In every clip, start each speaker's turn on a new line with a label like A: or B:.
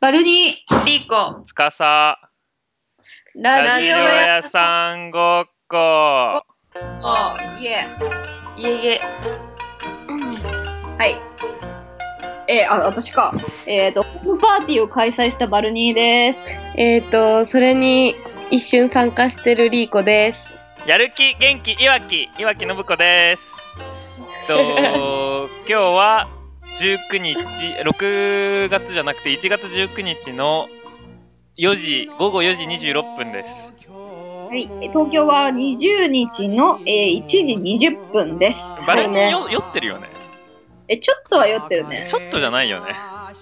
A: バルニー、リコ、
B: つかさ
A: ラ
B: ラ
A: ジ
B: ジ
A: オ
B: オ
A: 屋
B: 屋さんごっこ
A: さん。いえ、
C: いえいえ。
A: はい。えー、あ、私か。えっ、と、ホームパーティーを開催したバルニーです。
C: えっ、と、それに一瞬参加してるリーコです。
B: やる気元気いわきいわきのぶこですえっと今日は19日6月じゃなくて1月19日の4時午後4時26分です
A: はい。東京は20日の、えー1時20分です。
B: バレン
C: はいね
B: よ酔ってるよね
A: え、ちょっとは酔ってるね。
B: ちょっとじゃないよね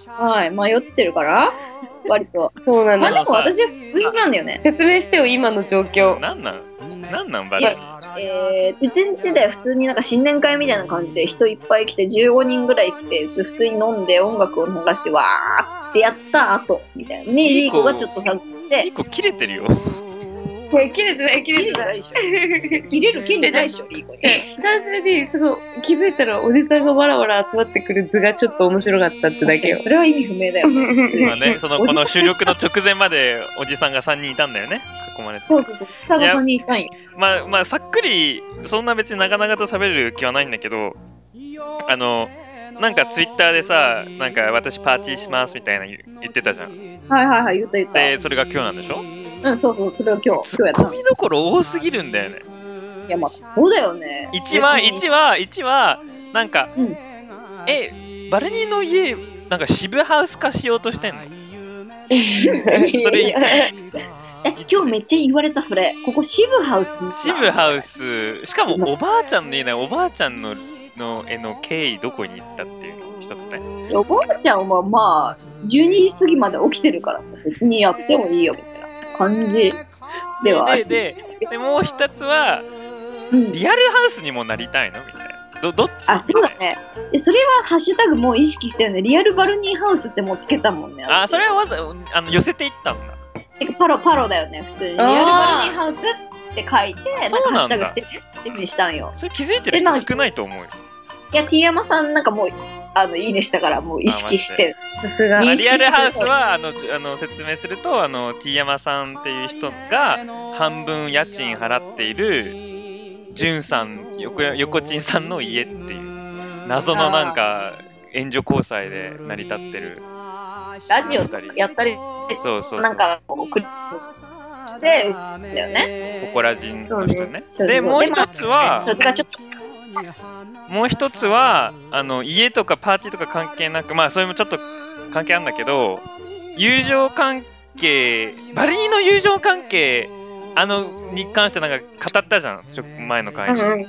A: はい。まあ酔ってるから、割と。
C: そうな
A: まあ
C: の。
A: でも私は普通なんだよね。
C: 説明してよ、今の状況。
B: なんなんなんなんバ
A: い
B: レ
A: や
B: ン、
A: えー、1日で普通になんか新年会みたいな感じで人いっぱい来て15人ぐらい来て普通に飲んで音楽を流してわーってやった後みたいなに
B: い
A: リ
B: い
A: ー
B: 子
A: コがちょっと参加して
B: 一個切れてるよ
C: これ切れてない、切
A: 切れるないでしょ切れる切れないでしょリーコに
C: 単純にその気づいたらおじさんがわらわら集まってくる図がちょっと面白かったってだけよ
A: そ。れは意味不明だよね
B: まあねそのこの収録の直前までおじさんが3人いたんだよね囲まれて
A: そうそうそう草田さんにいたんよ
B: まあまあさっくりそんな別に長々と喋る気はないんだけどあのなんかツイッターでさなんか私パーティーしますみたいな言言ってたじゃん
A: はいはいはい言った言った
B: でそれが今日なんでしょ
A: うんそうそうそれは今日
B: ツ
A: 今
B: ッ
A: 日や
B: コ
A: っ
B: ミどころ多すぎるんだよね
A: たいやまあそうだよね
B: 1は1は1はなんか、
A: うん
B: えバルニーの家なんか渋ハウス化しよう としてんのそれ
A: え今日めっちゃ言われたそれここシブハウス
B: 渋ハウスしかもおばあちゃんの家ないおばあちゃんのの絵の経緯どこに行ったっていうの一つね
A: いやおばあちゃんはまあ12時過ぎまで起きてるからさ別にやってもいいよみたいな感じではあ
B: で
A: る、
B: ででもう一つは
A: うん、
B: リアルハウスにもなりたいのみたいなどどっち
A: あそうだねでそれはハッシュタグもう意識してるねリアルバルニーハウスってもうつけたもんね
B: あ
A: 私
B: それはわざあの寄せていったんだ
A: てかパロパロだよね普通にリアルバ
C: あー
A: ルニーハウスって書いてなん
B: そう
A: かハッ
B: な
A: シ
B: ん
A: ュ
B: だ
A: タグしてねっていうふうにしたんよ
B: それ気づいてる人少ないと思うよ
A: いや T 山さんなんかもうあのいいねしたからもう意識してる
C: さすが
A: い。
B: まあ
A: 認識
B: リア
A: してくれ
B: ル
A: た
B: ハウスはあのあの説明するとあの T 山さんっていう人が半分家賃払っているじゅんさん横横ちんさんの家っていう謎のなんか援助交際で成り立ってる
A: ラジオとかやったり
B: そうそうそう
A: なんか送りしてだよね
B: ポコラジンの人ね
A: そうねそ
B: で
A: うそう
B: もう一つは
A: そうだからちょっと
B: もう一つはあの家とかパーティーとか関係なくまあそれもちょっと関係あるんだけど友情関係バリーの友情関係あのに関してなんか語ったじゃんちょ前の回に、
A: はいはい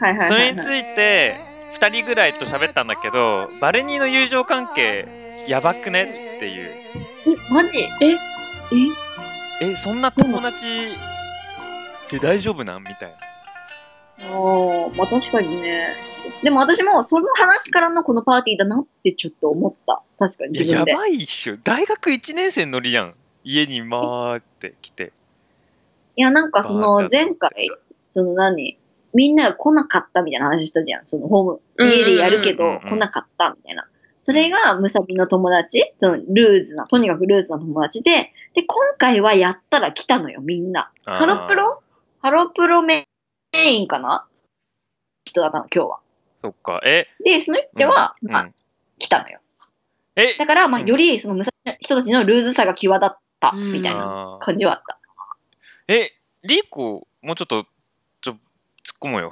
A: はいはい
B: それについて2人ぐらいと喋ったんだけどバレニーの友情関係やばくねっていう
A: え、マジええ
B: えそんな友達って大丈夫なんみたい
A: あ
B: な
A: あ、まあ確かにね。でも私もその話からのこのパーティーだなってちょっと思った。確かに
B: いや
A: 自分で。
B: やばいっしょ大学1年生のりやん家に回ってきて
A: いや、なんかそ
B: わか
A: の
B: った
A: 前回、その何みんなが来なかったみたいな話したじゃん。そのホー
C: う
A: ム、
C: んうんうん
A: 家でやるけ
B: うんう
A: ど
B: んうん
A: 来なかったみたいな。それがムサビの友達、そのルーズな、とにかくルーズな友達で、で、今回はやったら来たのよ、みんな。
B: ハ
A: ハロプロハロプロメインかな人だったの、今日は。
B: そっかえ
A: で、その人は、
B: うん
A: ま
B: う
A: あ
B: ん、
A: 来たのよ。
B: え
A: だから、まあ、
B: うん
A: よりその武蔵の人たちのルーズさが際立った
C: うん
A: みたいな
B: あー
A: 感じはあった。
B: えリーコもうちょっとちょ突っ込もうよ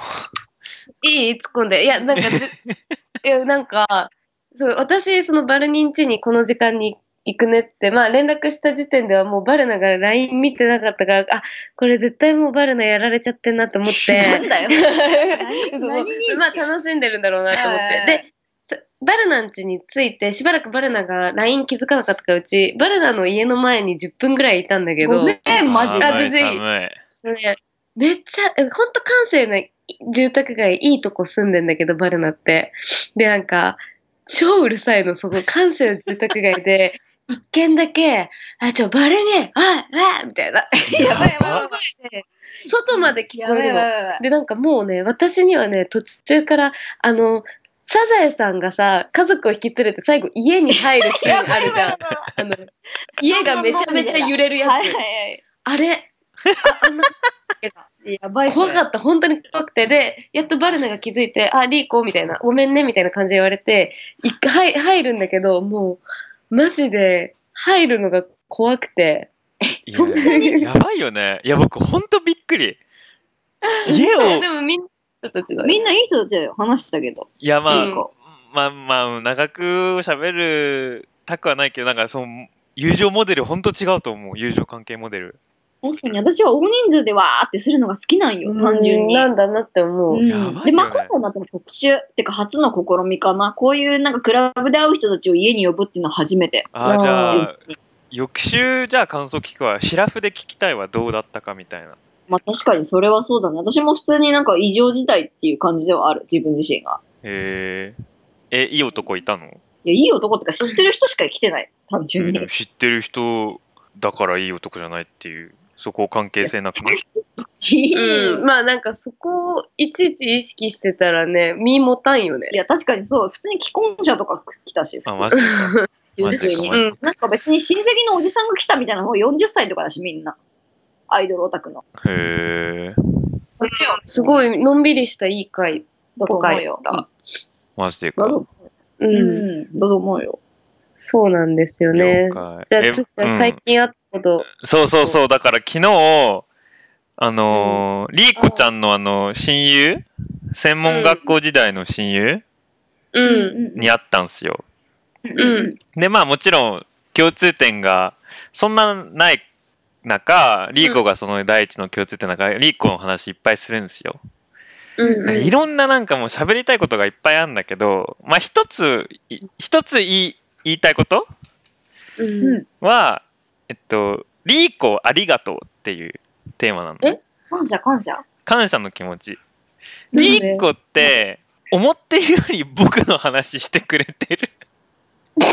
C: いい突っ込んで。いや、なんか ず、いや、なんか、そう私、そのバルニン家にこの時間に行くねって、まあ連絡した時点ではもうバルナが LINE 見てなかったから、あ、これ絶対もうバルナやられちゃってんなと思っ
A: な
C: て、
A: んだ よ。
C: そう
A: 何認識
C: まあ楽しんでるんだろうなと思っ
A: はいはいは
C: て。
A: い
C: で、そバルナん家に着いて、しばらくバルナが LINE 気づかなかったから、うち、バルナの家の前に10分ぐらいいたんだけど、
A: ごめん、マジ
C: あ
A: で。
B: 寒い
C: 全然いい
B: 寒い
C: それめっちゃえほんと閑静ない住宅街いいとこ住んでんだけどバルナってでなんか超うるさいのそこ閑静な住宅 街で一軒だけ「あちょバレねえああみたいな
B: やばい
C: 大声で外まで聞こえるの
A: やばいやばいやばい
C: でなんかもうね私にはね途中からあのサザエさんがさ、家族を引き連れて最後家に入るシーンある じゃん。あの、家がめちゃめちゃ揺れるやつ。
A: はいはいはい。
C: あれああんな
A: やばい
C: 怖かった、本当に怖くて。で、やっとバルナが気づいて、あ、リーコみたいな、ごめんねみたいな感じで言われて、一回入入るんだけど、もう、マジで入るのが怖くて。
B: い
C: そんなに
B: ややばいよね。いや、僕、ほんとびっくり。家を
C: で、もみんな人たちが、
A: みんないい人たちだよ。話したけど。
B: いや、まあ、
C: うん
B: まあまあ、長く喋るたくはないけど、なんか、その、友情モデル、ほんと違うと思う。友情関係モデル。
A: 確かに私は大人数でわーってするのが好きなんよ、単純に。
C: なんだなって思う。
A: うん
B: やばいよね
A: で、まあ、今回になっても特集ってか初の試みかな。こういうなんかクラブで会う人たちを家に呼ぶっていうのは初めて。
B: ああ、
C: うん
B: じゃ
A: 人
B: あ、
A: 生で
B: 翌週、じゃあ感想聞くわ。シラフで聞きたいはどうだったかみたいな。
A: まあ確かにそれはそうだね。私も普通になんか異常事態っていう感じではある、自分自身が。
B: へえ。え、いい男いたの
A: いや、いい男ってか知ってる人しか来てない、単純
B: で
A: に
B: も。知ってる人だからいい男じゃないっていう、そこ関係性なくない
C: うん、まあなんかそこをいちいち意識してたらね、身もたんよね
A: い。や、確かにそう。普通に既婚者とか来たし、普通
B: あ、
A: に
B: マジでか。 マジ
A: 純粋
B: でか、
A: に
B: マジでか。
A: なんか別に親戚のおじさんが来たみたいなのが40歳とかだし、みんな。アイドルオタクの。
B: へえ。
C: すごいのんびりしたいい回
A: だと思
C: とか
A: う
C: や
A: よ
C: っ。た。
B: マジで
A: だ
B: か。
A: と
C: う、
A: うんん、だと思うよ。
C: そうなんですよね
B: 了。解。
C: じゃあ、
B: え
C: つっちゃ
B: うんん
C: 最近あったこと、
B: そうそうそう。だから昨日、あのーリーコちゃんのあの、親友専門学校時代の親友
C: う、
A: うんん
B: に会ったんすよ。
A: うん。
B: で、まあもちろん共通点がそんなない中、リーコがその第一の共通点なんか、リーコの話いっぱいするんですよ。
C: うん、
B: いろんななんかもう喋りたいことがいっぱいあるんだけど、まあ一つ、い一つ言い言いたいこと
C: うん、
A: うん。
B: は、えっと、リーコありがとうっていうテーマなの。
C: え
A: 感謝感謝。
B: 感謝の気持ち。
C: なんで
B: リーコって、思ってるより僕の話してくれてる。
A: あ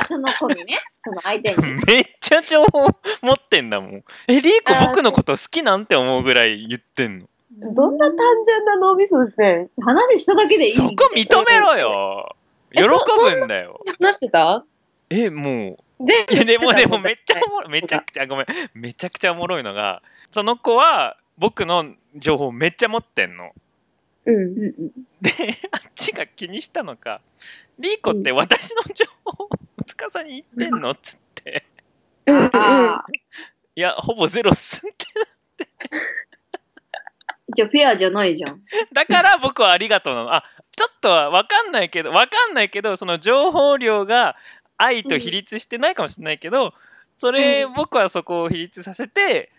A: あ、その子にね。その相手に。
B: めっちゃ情報持ってんだもん。え、リーコ僕のこと好きなんて思うぐらい言ってんの。
C: どんな単純な脳みそしてん
A: 話しただけでいい。
B: そこ認めろよ喜
C: えそ
B: ぶんだよ。
C: 話してた
B: え、も
C: 全
B: う。い
C: 部知
B: や、
C: って
B: で
C: た
B: も
C: ん
B: でもめっちゃ
C: 絶対
B: おもろめちゃくちゃ、ごめん。めちゃくちゃおもろいのが、その子は僕の情報めっちゃ持ってんの。
C: うん
A: うんうん。
B: で、あっちが気にしたのか、リーコって私の情報をつかさに言ってんのっつって、
C: うんうん
A: ああ。
B: いや、ほぼゼロっすって。
A: じゃあフェアじゃないじゃん。
B: だから僕はありがとうなの。あ、ちょっとはわかんないけど、わかんないけど、その情報量が愛と比率してないかもしれないけど、それ、
C: う
B: 僕はそこを比率させて、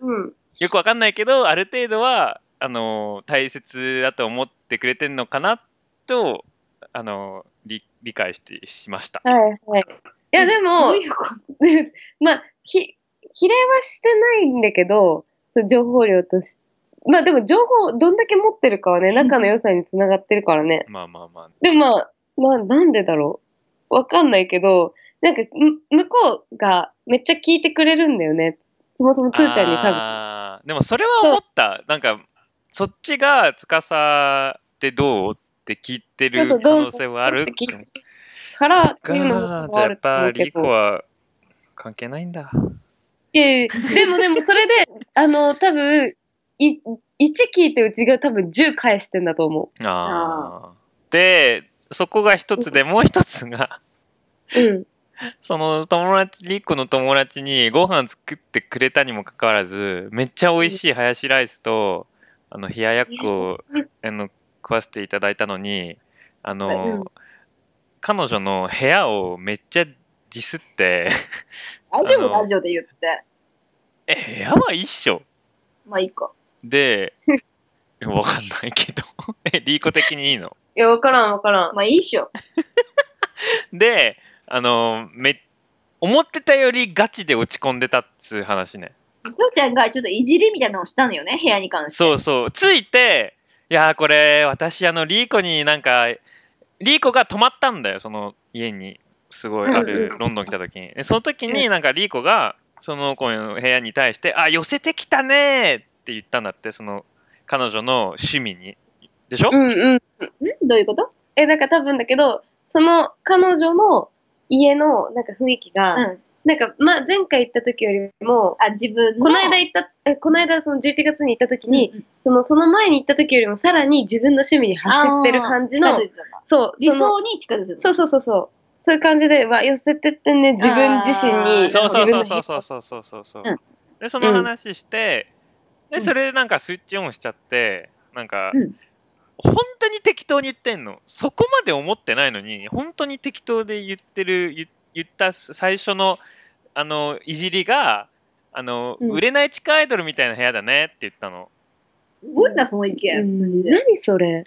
C: うん
B: よくわかんないけど、ある程度は、あの、大切だと思ってくれてんのかなと、あの、理理解してしました。
C: はいはいいやで
A: ど
C: も
A: ういうこと
C: まあひ比例はしてないんだけどその情報量としてまあでも情報をどんだけ持ってるかはね仲の良さにつながってるからね
B: まあまあまあ。
C: でもまあななんでだろうわかんないけどなんかむ向こうがめっちゃ聞いてくれるんだよねそもそもつーちゃんに多分
B: あーでもそれは思った。なんか、そっちが司ってどうって聞いてる
C: そうそう
B: 可
C: どう
B: 能性はある
C: だって聞いてるからっていうのも
B: そっか
C: 多分あ
B: じゃあや
C: る
B: っ
C: と思
B: ぱ
C: うけ
B: リコ
C: ど
B: は関係ないんだ。
C: いやいやでもでもそれで あの多分い1聞いてうちが多分10返してんだと思
B: あーでそこが一つでもう一つが
C: ううん
B: その友達リコの友達にご飯作ってくれたにもかかわらずめっちゃ美味しいハヤシライスとあの冷ややっこをあの食わせていただいたのにあの、
C: うん
B: 彼女の部屋をめっちゃディスって
A: 大丈
B: あ
A: 夫
B: の
A: ラジオで言って。
B: 「え部屋は一緒」
A: まあいいか。
B: でわかんないけど えリーコ的にいいの
C: いや、わからんわからん。
A: まあいいっしょ。
B: であのめ思ってたよりガチで落ち込んでたっつう話ね
A: ひとちゃんがちょっといじりみたいなのをしたのよね、部屋に関して。
B: そうそうついていやーこれ私あのリーコになんかリーコが泊まったんだよその家にすごいあ
C: うん
B: る
C: うん
B: ロンドン来た時にでその時になんかリーコがその子の部屋に対して「あ寄せてきたね」って言ったんだってその彼女の趣味にでしょ、
C: うんうん。
A: んどういうこと
C: え、なんか多分だけど、その彼女の家のなんか雰囲気が、
A: うん。
C: なんか、まあ、前回行った時よりも、
A: あ、自分の。
C: この間行った、えこの間その11月に行った時に、その、その前に行った時よりもさらに自分の趣味に走ってる感じ
A: あー
C: の
A: 近づ、いてたな
C: そう、
A: 理
C: その
A: 想に近づいてた。
C: そうそうそうそう。そういう感じで、わ、寄せてってね、自分自身
A: あー
C: に。
B: そうそうそうそう
C: う。
B: そうそうそうそう、
A: うん
B: でその話して、
A: う
B: で
A: ん
B: それでなんかスイッチオンしちゃってなんか、
A: うん
B: 本当に適当に言ってんのそこまで思ってないのに本当に適当で言ってる言言った最初のあのいじりがあの、
C: うん
B: 売れない地下アイドルみたいな部屋だねって言ったの
A: すごいな、その意
C: う
A: 見。
C: ん、何それ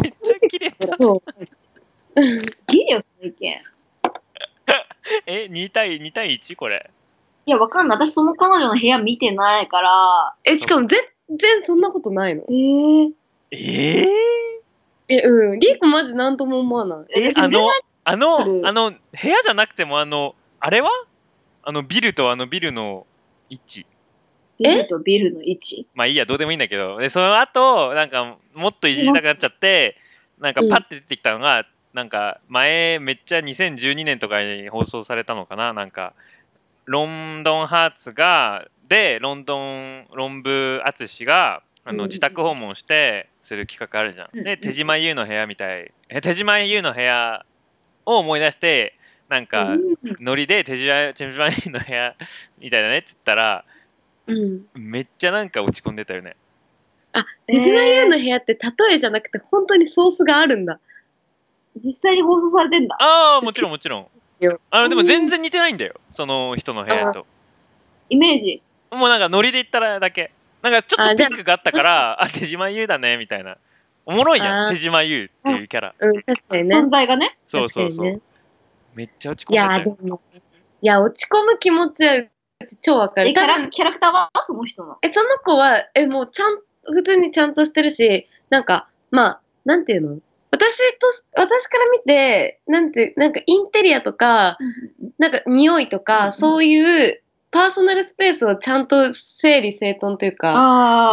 B: めっちゃ綺麗だ
C: そう。うん
A: すげえよ、その意見。い
B: え2対2対1これ
A: や、わかんない。私、その彼女の部屋見てないから。
C: え、しかも全然そんなことないの
A: えー、
B: えー、
C: え、うん。リーコマジ何とも思わない。
B: え
A: 私
B: あのあ
A: する
B: のあの部屋じゃなくてもあのあれはあのビルとあのビルの位置
A: ビルとビルの位置。
B: まあいいやどうでもいいんだけどでその後なんかもっといじりたくなっちゃってなんかパッて出てきたのが、なんか前めっちゃ2012年とかに放送されたのかななんかロンドンハーツがでロンドン論文淳があ
C: うん
B: の自宅訪問してする企画あるじゃん。
A: うん
B: で手島優の部屋みたいえ手島優の部屋を思い出してなんか
C: う
B: ノリで手島手島優の部屋みたいだねっつったら
C: ん。
B: めっちゃなんか落ち込んでたよね。
C: 手島優の部屋って例えじゃなくて本当にソースがあるんだ。
A: 実際に放送されてんだ。
B: ああもちろんもちろん
C: よ
B: あのでも全然似てないんだよその人の部屋と
A: イメージ。
B: もうなんかノリで言ったらだけなんかちょっ
C: あ
B: と
C: じ
B: ピ
C: ゃあ
B: ンクがあったからあ手島優だねみたいなおもろいじゃ
C: あ
B: ん
C: ー
B: 手島優っていうキャラ
C: うん、確かにね
A: 存。在がね。
B: そうそうそう、
C: 確かにね
B: めっちゃ落ち込ん
C: い
B: で
C: や
B: た
C: ー、で
B: よ
C: も、いや、落ち込む気持ちは超わか
A: え、
C: る。
A: キャ
C: 多
A: ラ
C: 分
A: キャラクターはその人の。
C: え、その子は、え、もうちゃん、普通にちゃんとしてるし、なんか、まあ、なんていうの私と、私から見て、なんて、なんかインテリアとか、なんか匂いと
A: うんう
C: か、
A: ん
C: そういうパーソナルスペースをちゃんと整理整頓というか、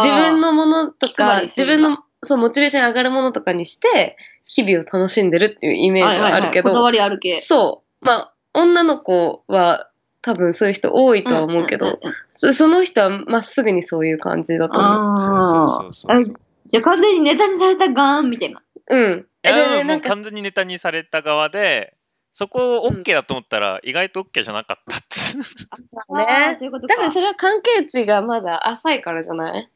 A: あ
C: 自分
A: の。
C: のものと
A: 気配
C: か、
A: りす
C: 自
A: る
C: 分
A: んだ
C: の、そう、モチベーション上がるものとかにして、日々を楽しんでるっていうイメージはあ
A: はいは
C: るけど、
A: いはいこだわりある系。
C: そう。まあ、女の子は多分そういう人多いとは思うけど、
A: んんん
C: そその人はまっすぐにそういう感じだと思う。
A: あ
B: そうそうそうそ
A: ー
B: う
A: あじゃあ完全にネタにされたガーンみたいな。
C: うん。
B: い
C: え、
B: や
C: で、
B: でも
C: で
B: も
C: な
B: うん
C: か、
B: 完全にネタにされた側でそこを OK だと思ったら、意外と OK じゃなかったっつ
A: あーそういうことか。
C: 多分それは関係値がまだ浅いからじゃない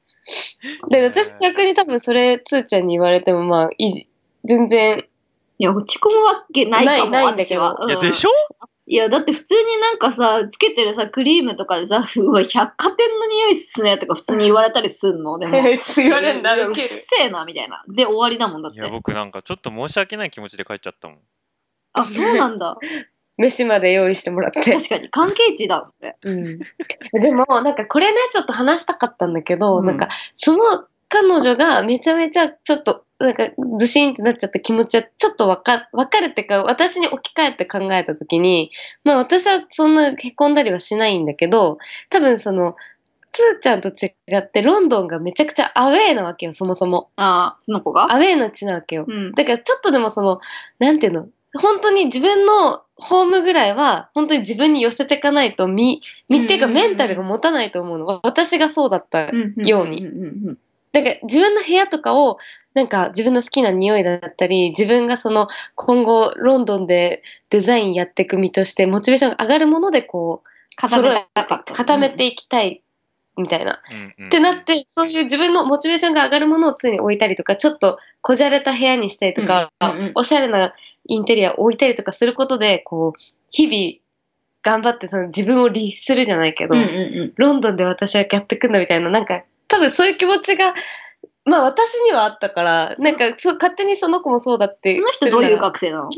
C: で、私逆に多分それ、つーちゃんに言われても、まあ、いじ全然、
A: いや、落ち込むわけないかも、
C: ないないんだけ
A: 私
C: ど
A: は。うん
B: いやでしょ
A: いや、だって普通になんかさ、つけてるさ、クリームとかでさ、 うわ、百貨店の匂いっすねとか普通に言われたりすんの。でも、
C: 言われるんだ
A: いや
C: ろ
A: う
C: う
A: っ
C: け
A: せえな、みたいな。で、終わりだもんだっ
B: いや
A: て。
B: 僕なんかちょっと申し訳ない気持ちで帰っちゃったもん
A: あ、そうなん だ。
C: 飯まで用意してもらって。
A: 確かに、関係値だ、それ。
C: うん、でも、なんかこれね、ちょっと話したかったんだけど、
A: うん
C: なんか、その彼女がめちゃめちゃちょっと、なんか、ずしんってなっちゃった気持ちは、ちょっとわか、わかるってか、私に置き換えて考えたときに、まあ私はそんな凹んだりはしないんだけど、多分その、つーちゃんと違って、ロンドンがめちゃくちゃアウェーなわけよ、そもそも。
A: ああ、その子が
C: アウェーの地なわけよ。
A: うん。
C: だからちょっとでもその、なんていうの、本当に自分のホームぐらいは、本当に自分に寄せていかないと、み、みっていうか
A: うんうんうん
C: メンタルが持たないと思うの。私がそうだった。ように
A: んんうん
C: だから自分の部屋とかを、なんか自分の好きな匂いだったり、自分がその、今後ロンドンでデザインやっていく身として、モチベーションが上がるものでこう、
A: 固めたかった。
C: 固めていきたい。みたいな。
B: うんうん
C: ってなって、そういう自分のモチベーションが上がるものを常に置いたりとか、ちょっとこじゃれた部屋にしたりとか、
A: うんうんうん
C: おしゃれなインテリアを置いたりとかすることで、こう、日々頑張ってその自分を律するじゃないけど、
A: うんうんうん。
C: ロンドンで私はやってくんだみたいな、なんか、多分そういう気持ちが、まあ私にはあったから、
A: そ
C: なんかそう勝手にその子もそうだって。
A: その人どういう
C: か
A: 学生なの
C: も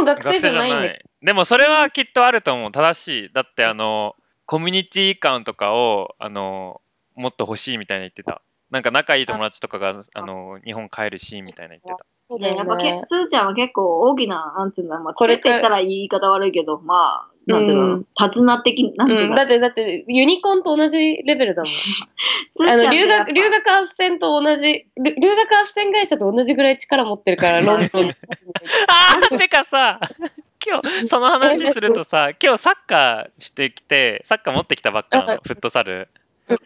C: う学
B: 学
C: 生
B: 生
C: じ
B: じ
C: ゃ
B: ゃな
C: ない
B: い
C: んだけ
B: でもそれはきっとあると思う正しいだってあのコミュニティ感とかをあのもっと欲しいみたいな言ってたなんか仲いい友達とかがあの日本帰るしみたいな言ってた
C: ど。
A: いや、やっぱけ
C: ね、
A: つーちゃんは結構大きな、なんていうんだろう、まあ、つ
C: こ
A: け
C: れ
A: て言
C: から
A: ったら言い方悪いけど、まあ、なんていう
C: う
A: の
C: ん、
A: 手綱的、なんていう
C: うん、
A: の、
C: だって、だって、ユニコーンと同じレベルだもん。
A: つ
C: あ
A: ーちゃんって
C: の留
A: やっぱ
C: 学、留学斡旋と同じ、留留学斡旋会社と同じぐらい力持ってるから、ロンドン。
B: あーてかさ今日その話するとさ今日サッカーしてきてサッカー持ってきたばっかなのフットサル
A: うん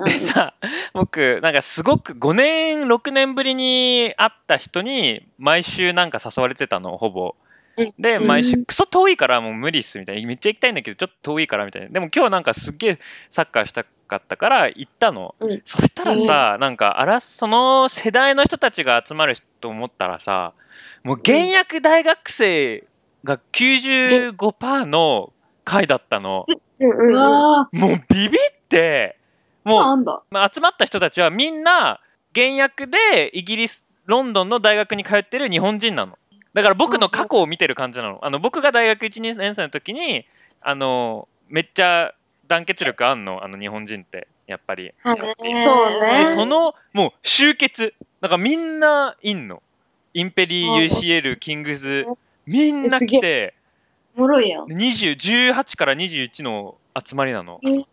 A: うん
B: でさ僕なんかすごく5年6年ぶりに会った人に毎週なんか誘われてたのほぼ
C: うん
B: で
A: うん
B: 毎週クソ遠いからもう無理っすみたいなめっちゃ行きたいんだけどちょっと遠いからみたいなでも今日なんかすっげえサッカーしたかったから行ったの
C: うん
B: そしたらさ、なんかあらその世代の人たちが集まると思ったらさもう現役大学生が95%の回だったの
C: うん
A: うわ
B: もうビビって
A: ー、
B: もう
A: なんだ。
B: まあ集まった人たちはみんな現役でイギリスロンドンの大学に通ってる日本人なのだから僕の過去を見てる感じなのあの僕が大学12年生の時にあのめっちゃ団結力あんのあの日本人ってやっぱり
A: ね
C: そうね
B: で
C: え
B: そのもう集結だからみんないんのインペリ
C: うん
B: UCL キングズみんな来
C: す
B: て
A: おもろいやん。
B: 20 18から21の集まりなの
C: えー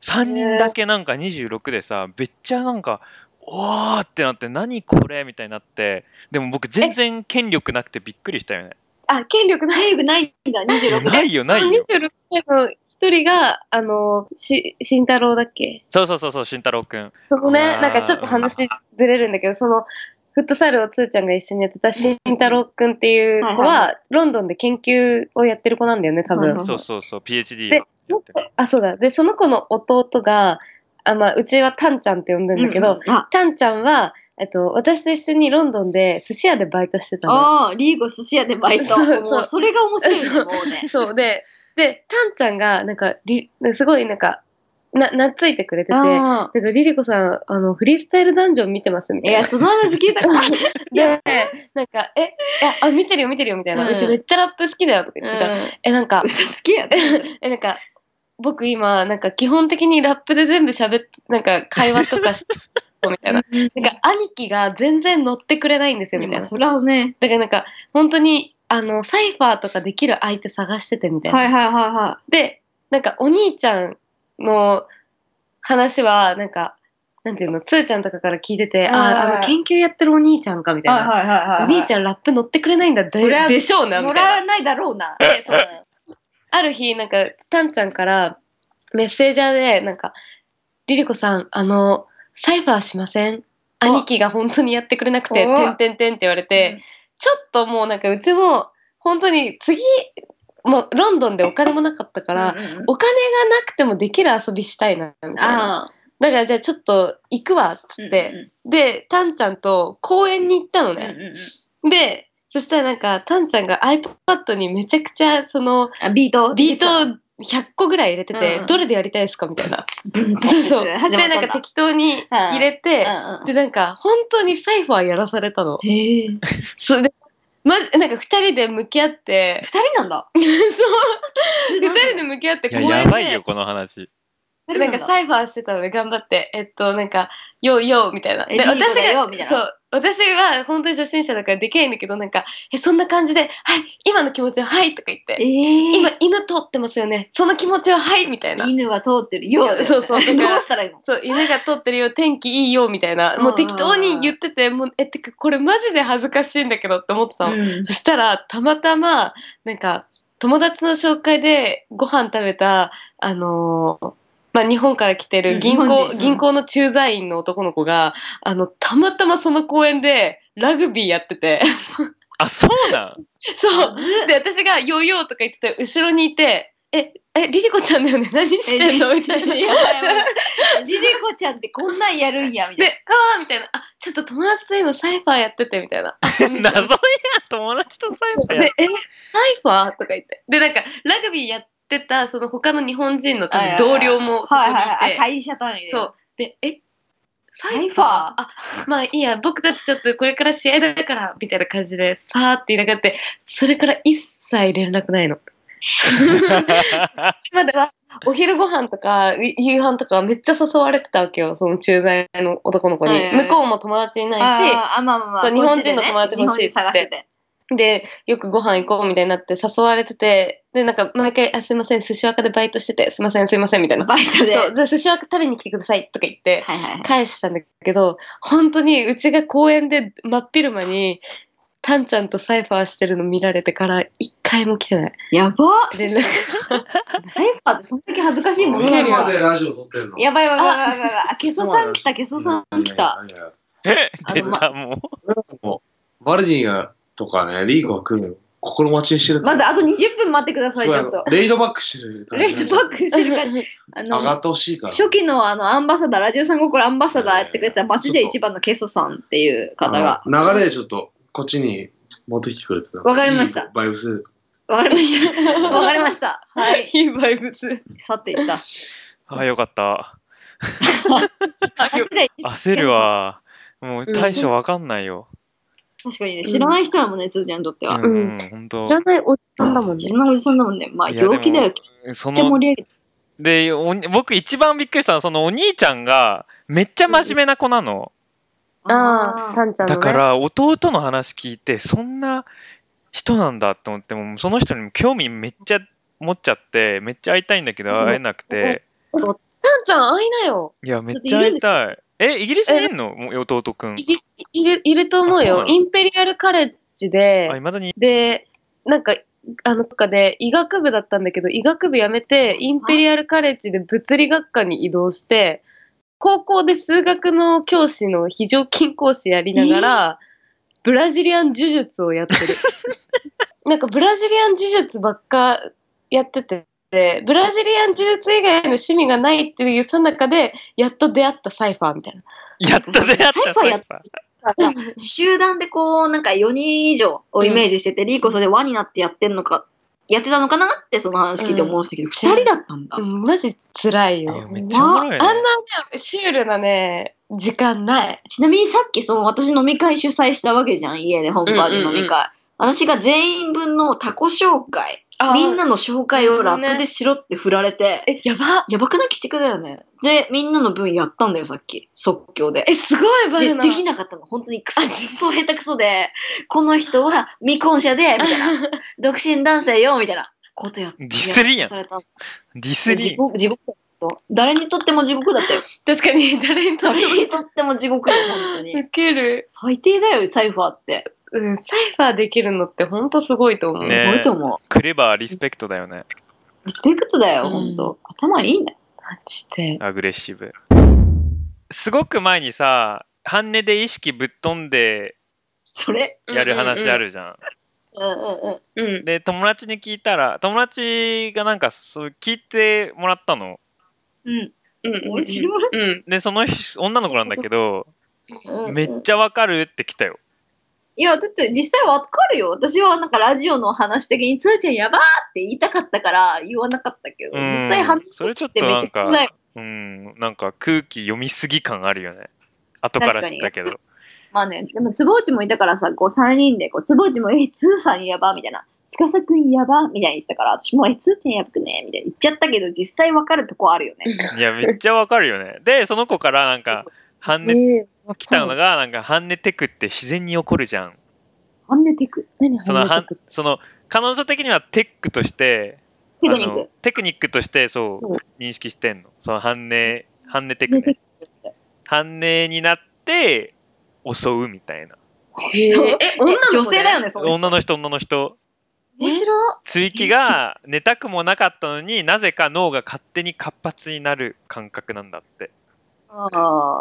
B: 3人だけなんか26でさめっちゃなんかおーってなって何これみたいになってでも僕全然権力なくてびっくりしたよね
C: あ、権力ない。
A: 体力ないんだ、
B: いや
A: 26
B: ないよないよ
C: 26歳の一人が、あの、し、慎太郎だっけ
B: そうそうそうそう慎太郎くん
C: そ
B: あ
C: こね、
B: ー
C: なんかちょっと話ずれるんだけど、その、フットサルをつーちゃんが一緒にやってた慎太郎くんっていう子
A: はいはい
C: は、ロンドンで研究をやってる子なんだよね、多
A: はい
C: 分
A: はい。
B: そうそうそう PhD
C: で
B: やって
C: その
B: る
C: 子あ、そうだ。で、その子の弟が、あまあ、うちはタンちゃんって呼んでんだけ
A: う
C: ど、
A: んうんあ、
C: タンちゃんは、えっと、私と一緒にロンドンで寿司屋でバイトしてたの。
A: あーリーゴ寿司屋でバイト。
C: そうそう
A: もうそれが面白いね、もうね。
C: そうで、で、タンちゃんが、なんか、りすごい、なんか、な、なっついてくれてて、なんか、
A: あ
C: リリコさん、あの、フリースタイルダンジョン見てます
A: ー
C: み
A: い
C: たいな
A: や、。その話聞いたから。う
C: で、なんか、え、いやあ、見てるよ、見てるよ、みたいな。
A: うん
C: うちめっちゃラップ好きだよ、とか言ってたら、
A: ん。
C: え、なんか、
A: 嘘つきやで。
C: え、なんか、僕今、なんか基本的にラップで全部喋って、なんか会話とか して、みたいな。なんか、兄貴が全然乗ってくれないんですよ、みたいな。だ
A: そらね。
C: からなんか、本当に、あの、サイファーとかできる相手探してて、みたいな。
A: はいはいはいは
C: で、なんか、お兄ちゃんの話は、なんか、なんていうの、つーちゃんとかから聞いて
A: は
C: て、
A: いはい
C: ああ、あの、研究やってるお兄ちゃんか、み
A: い。
C: たいな。
A: いはい
C: お兄ちゃんラップ乗ってくれないんだ
A: そりゃ
C: ぜでしょうなみ
A: 乗
C: たい
A: らないだろうな。
C: な。でそうある日なんかタンちゃんからメッセージャーでなんか「リリコさんあのサイファーしません兄貴が本当にやってくれなくて
A: お
C: てんてんてん」って言われて、ちょっともうなんかうちも本当に次もうロンドンでお金もなかったか、
A: から
C: お金がなくてもできる遊びしたいなみたいな
A: あ
C: だからじゃあちょっと行くわっつ
A: あ。
C: って、でタンちゃんと公園に行ったの
A: うんうん
C: ね、
A: うんうん
C: で、そしたらなんか、タンちゃんが iPad にめちゃくちゃ、その、
A: あ、ビート
C: ビートを100個ぐらい入れてて、
A: うん
C: どれでやりたいですかみたいな。
A: ブン
C: そうそ う。
A: 始まったんだ
C: で、なんか適当に入れて、
A: うん
C: で、なんか、本当にサイファーやらされたの。
A: うん。へえ。
C: それで、まじ、なんか二人で向き合って
A: 二、人なん だ。
C: そう、
A: 二
C: 二人で向き合って
B: いや
C: 公
B: や
C: 園
B: ばいよ
C: で、
B: この話
C: なんかサイファーしてたので頑張って、えっと、なんか、ようようみたいな。
A: えリ
C: で、
A: ード
C: 私
A: だよ
C: が
A: みたい、な
C: そう、私は本当に初心者だからできないんだけど、なんか、え、そんな感じで、はい、今の気持ちは、はいとか言って、
A: え
C: 今
A: え。
C: 犬通ってますよねその気持ちははいみたいな
A: 犬が通ってるようだよね。
C: そうそう だから
A: どうしたらいいの
C: そう犬が通ってるよ天気いいよみたいなもう適当に言っててもうえってかこれマジで恥ずかしいんだけどって思ってたの、
A: うん
C: そしたらたまたまなんか友達の紹介でご飯食べたあのーまあ、日本から来
A: う
C: て
A: ん
C: る銀行,、
A: 日本人うん
C: 銀行の駐在員の男の子があのたまたまその公園でラグビーやってて
B: あそうなん
C: そうで私が「ヨーヨー」とか言ってて後ろにいて「ええリリコちゃんだよね何してんの?」みたいな。
A: やばいやばいリリコちゃんってこんなんやるんや、みたい
C: で、あーみたいな、あ、ちょっと友達と今サイファーやってて、みたいな。
B: 謎や友達と最後や
C: で、え、サイファーとか言って。で、なんか、ラグビーやってた、その他の日本人の多
A: な。
C: 分同僚もそこに
A: はいは
C: いて、
A: いはいあ会社単位で。
C: そう。で、え、サ
A: イ
C: イ
A: ファー
C: ファーあ、まあいいや、僕たちちょっとこれから試合だから、みたいな感じで、さーって言いながらって、それから一切連絡ないの。今では、お昼ご飯とか、い夕飯とかめっちゃ誘われてたわけよ、その駐在の男の子に。
A: はいはいはい
C: 向こうも友達いないし、
A: あーあ、まあまあまあ。
C: そう日本人の友達欲しいっつって
A: 日本人探してて。
C: で、よくご飯行こうみたいになって誘われてて、で、なんか毎回、あ、すいません、寿司若でバイトしてて、すいません、すいません、みたいな。
A: バイトで。
C: そう、で寿司若食べに来てくださいとか言って、
A: はいはいはい。
C: 返したんだけど、本当にうちが公園で真っ昼間に、タンちゃんとサイファーしてるの見られてから、一回も来てない。
A: やば
C: 連絡
A: サイファーってそんだけ恥ずかしいもん
C: ね
A: な
C: え
A: の
C: よ
D: 今までラジオ撮ってんの
A: やばいやばいやばいやばいやばいあ。ゲソさん来た、ゲソさん来た。。
D: いやいやいや
B: 出 た、もう。
D: もうバルニーがとかね、リーゴが来るの心待ちにしてる。
A: まだあと20分待ってください、
D: そう
A: ち
D: や
A: ょっ
D: ろ
A: と。
D: レイドバックしてる感
A: レ
D: じ。
A: ッドバックしてる感じ。あ
D: 上が
A: の、
D: ってほしいから。
A: 初期のあの、アンバサダー、ラジオさんごころアンバサダーやってくれてた、街で一番のゲソさんっていう方が。
D: あの流れでちょっと、こっちに持ってきてくれてた。
A: わかりました
D: いいバイブス。
A: わかりま した。わかりました。はい。
C: いいバイブス。
A: 去っていった。
B: あ、よかった。
A: 街で一番
B: 焦るわ。もう対処わかんないよ。
A: 確かにね、知らない人だもんね、つーちゃんにとって
B: う
A: は。
B: ん、うん、本
C: 知
B: 当。
C: らないおじさんだもん
A: 知
C: ね
A: ら。ないおじさんだもんね。まあ、
B: いやでも
A: 病気だよ。きっ
B: そ
A: と盛
B: の
A: り上げて。
B: でおに僕一番びっくりしたのはそのお兄ちゃんがめっちゃ真面目な子なの。
C: ああ、タンちゃんの、ね。
B: だか、ら弟の話聞いてそんな人なんだって思ってもうその人にも興味めっちゃ持っちゃってめっちゃ会いたいんだけど会えなくて
C: タンちゃん会いなよ。
B: いやめっちゃ会いたい。えイギリスにいるのもう弟くん。
C: いる、いる、いると思う
B: あそうな
C: よ。
B: の
C: インペリアルカレッジで
B: あ、いまだに
C: で、なんか、あの、かで、医学部だったんだけど、医学部辞めて、インペリアルカレッジで物理学科に移動して、高校で数学の教師の非常勤講師やりながら、ブラジリアン呪術をやってる。なんかブラジリアン呪術ばっかやってて、ブラジリアン呪術以外の趣味がないっていうさなかで、やっと出会ったサイファーみたいな。
B: やっと出会った
A: サ
B: サ
A: イファー
B: イ
A: や
B: フ
A: っ
B: ァー
A: 集団でこう、なんか4人以上をイメージしてて、リーコそれ輪になってやってんのか、やってたのかなってその話聞いて思うんですけど、2人だったんだ
C: う。ん、マジ辛い
B: い
C: よ
B: や。めっちゃおもろいね
C: あんなね、シュールなね、時間ない。
A: ちなみにさっきその私飲み会主催したわけじゃん、家で本場で飲み会。
C: うんうんうん
A: 私が全員分の他己紹介、みんなの紹介をラップでしろって振られて、
C: え、やば
A: やばくない鬼畜だよね。で、みんなの分やったんだよ、さっき。即興で。
C: え、すごいバ
A: で
C: ルナ。
A: できなかったの、本当にクソ、そう下手くそで、この人は未婚者で、みたいな、 独身男性よ、みたいなことやって。
B: ディスりやん
A: された
B: ディスリ
A: 地獄、地獄だった。誰にとっても地獄だった よ。
C: 確かに、誰にとっ
A: 誰
C: て
A: にとっても地獄だよ、本当
C: も。
A: に。
C: ウケる。
A: 最低だよ、サイファーって。
C: うん、サイファーできるのってほんとすごいと思う。
B: ね
A: すごいと思う。
B: クレバーリスペクトだよね。
A: リスペクトだよ、
C: うん
A: ほんと。頭いいね。
C: マジで。
B: アグレッシブ。すごく前にさ、半値で意識ぶっ飛んで
A: それ。
B: やる話あるじゃん。
A: うんうん
C: うん。うん。
B: で、友達に聞いたら、友達がなんかそう聞いてもらったの。
A: うん。
C: うん。
A: うん。
C: うん。
A: 面白い。
C: うん。
B: で、その人女の子なんだけど、
A: うん
B: めっちゃわかるって来たよ。
A: いや、だって実際わかるよ。私はなんかラジオの話的に、つーちゃんやばーって言いたかったから言わなかったけど、
B: うん
A: 実際話して
B: それちょっ
A: みて
B: と
A: め
B: な
A: っ
B: ん
A: ちゃ
B: か
A: 辛い。
B: うん、なんか空気読みすぎ感あるよね。後から知ったけど。
A: まあね、でも坪内もいたからさ、こう3人で、こう坪内も、え、つーさんやばみたいな。つかさくんやばみたいに言ってたから、私も、え、つーちゃんやばくねみたいに言っちゃったけど、実際わかるとこあるよね。
B: いや、めっちゃわかるよね。で、その子からなんか、半値
C: ね
B: 来たのが、なんか半値テクって自然に起こるじゃん。
A: ほんでテク。
C: 何
B: そのは
C: 話
B: んその彼女的にはテックとして
A: テクニッ
B: あの
A: ク。
B: テクニックとしてそう
C: うん
B: 認識してんのその半値半値テク
A: でテ
B: ね
A: ク
B: 半値になって襲うみたいな
C: え
A: そう
C: え、女の子
A: 女性だよね、その人
B: 女の人女の人
C: 面白
B: 追記が寝たくもなかったのになぜか脳が勝手に活発になる感覚なんだって
A: あ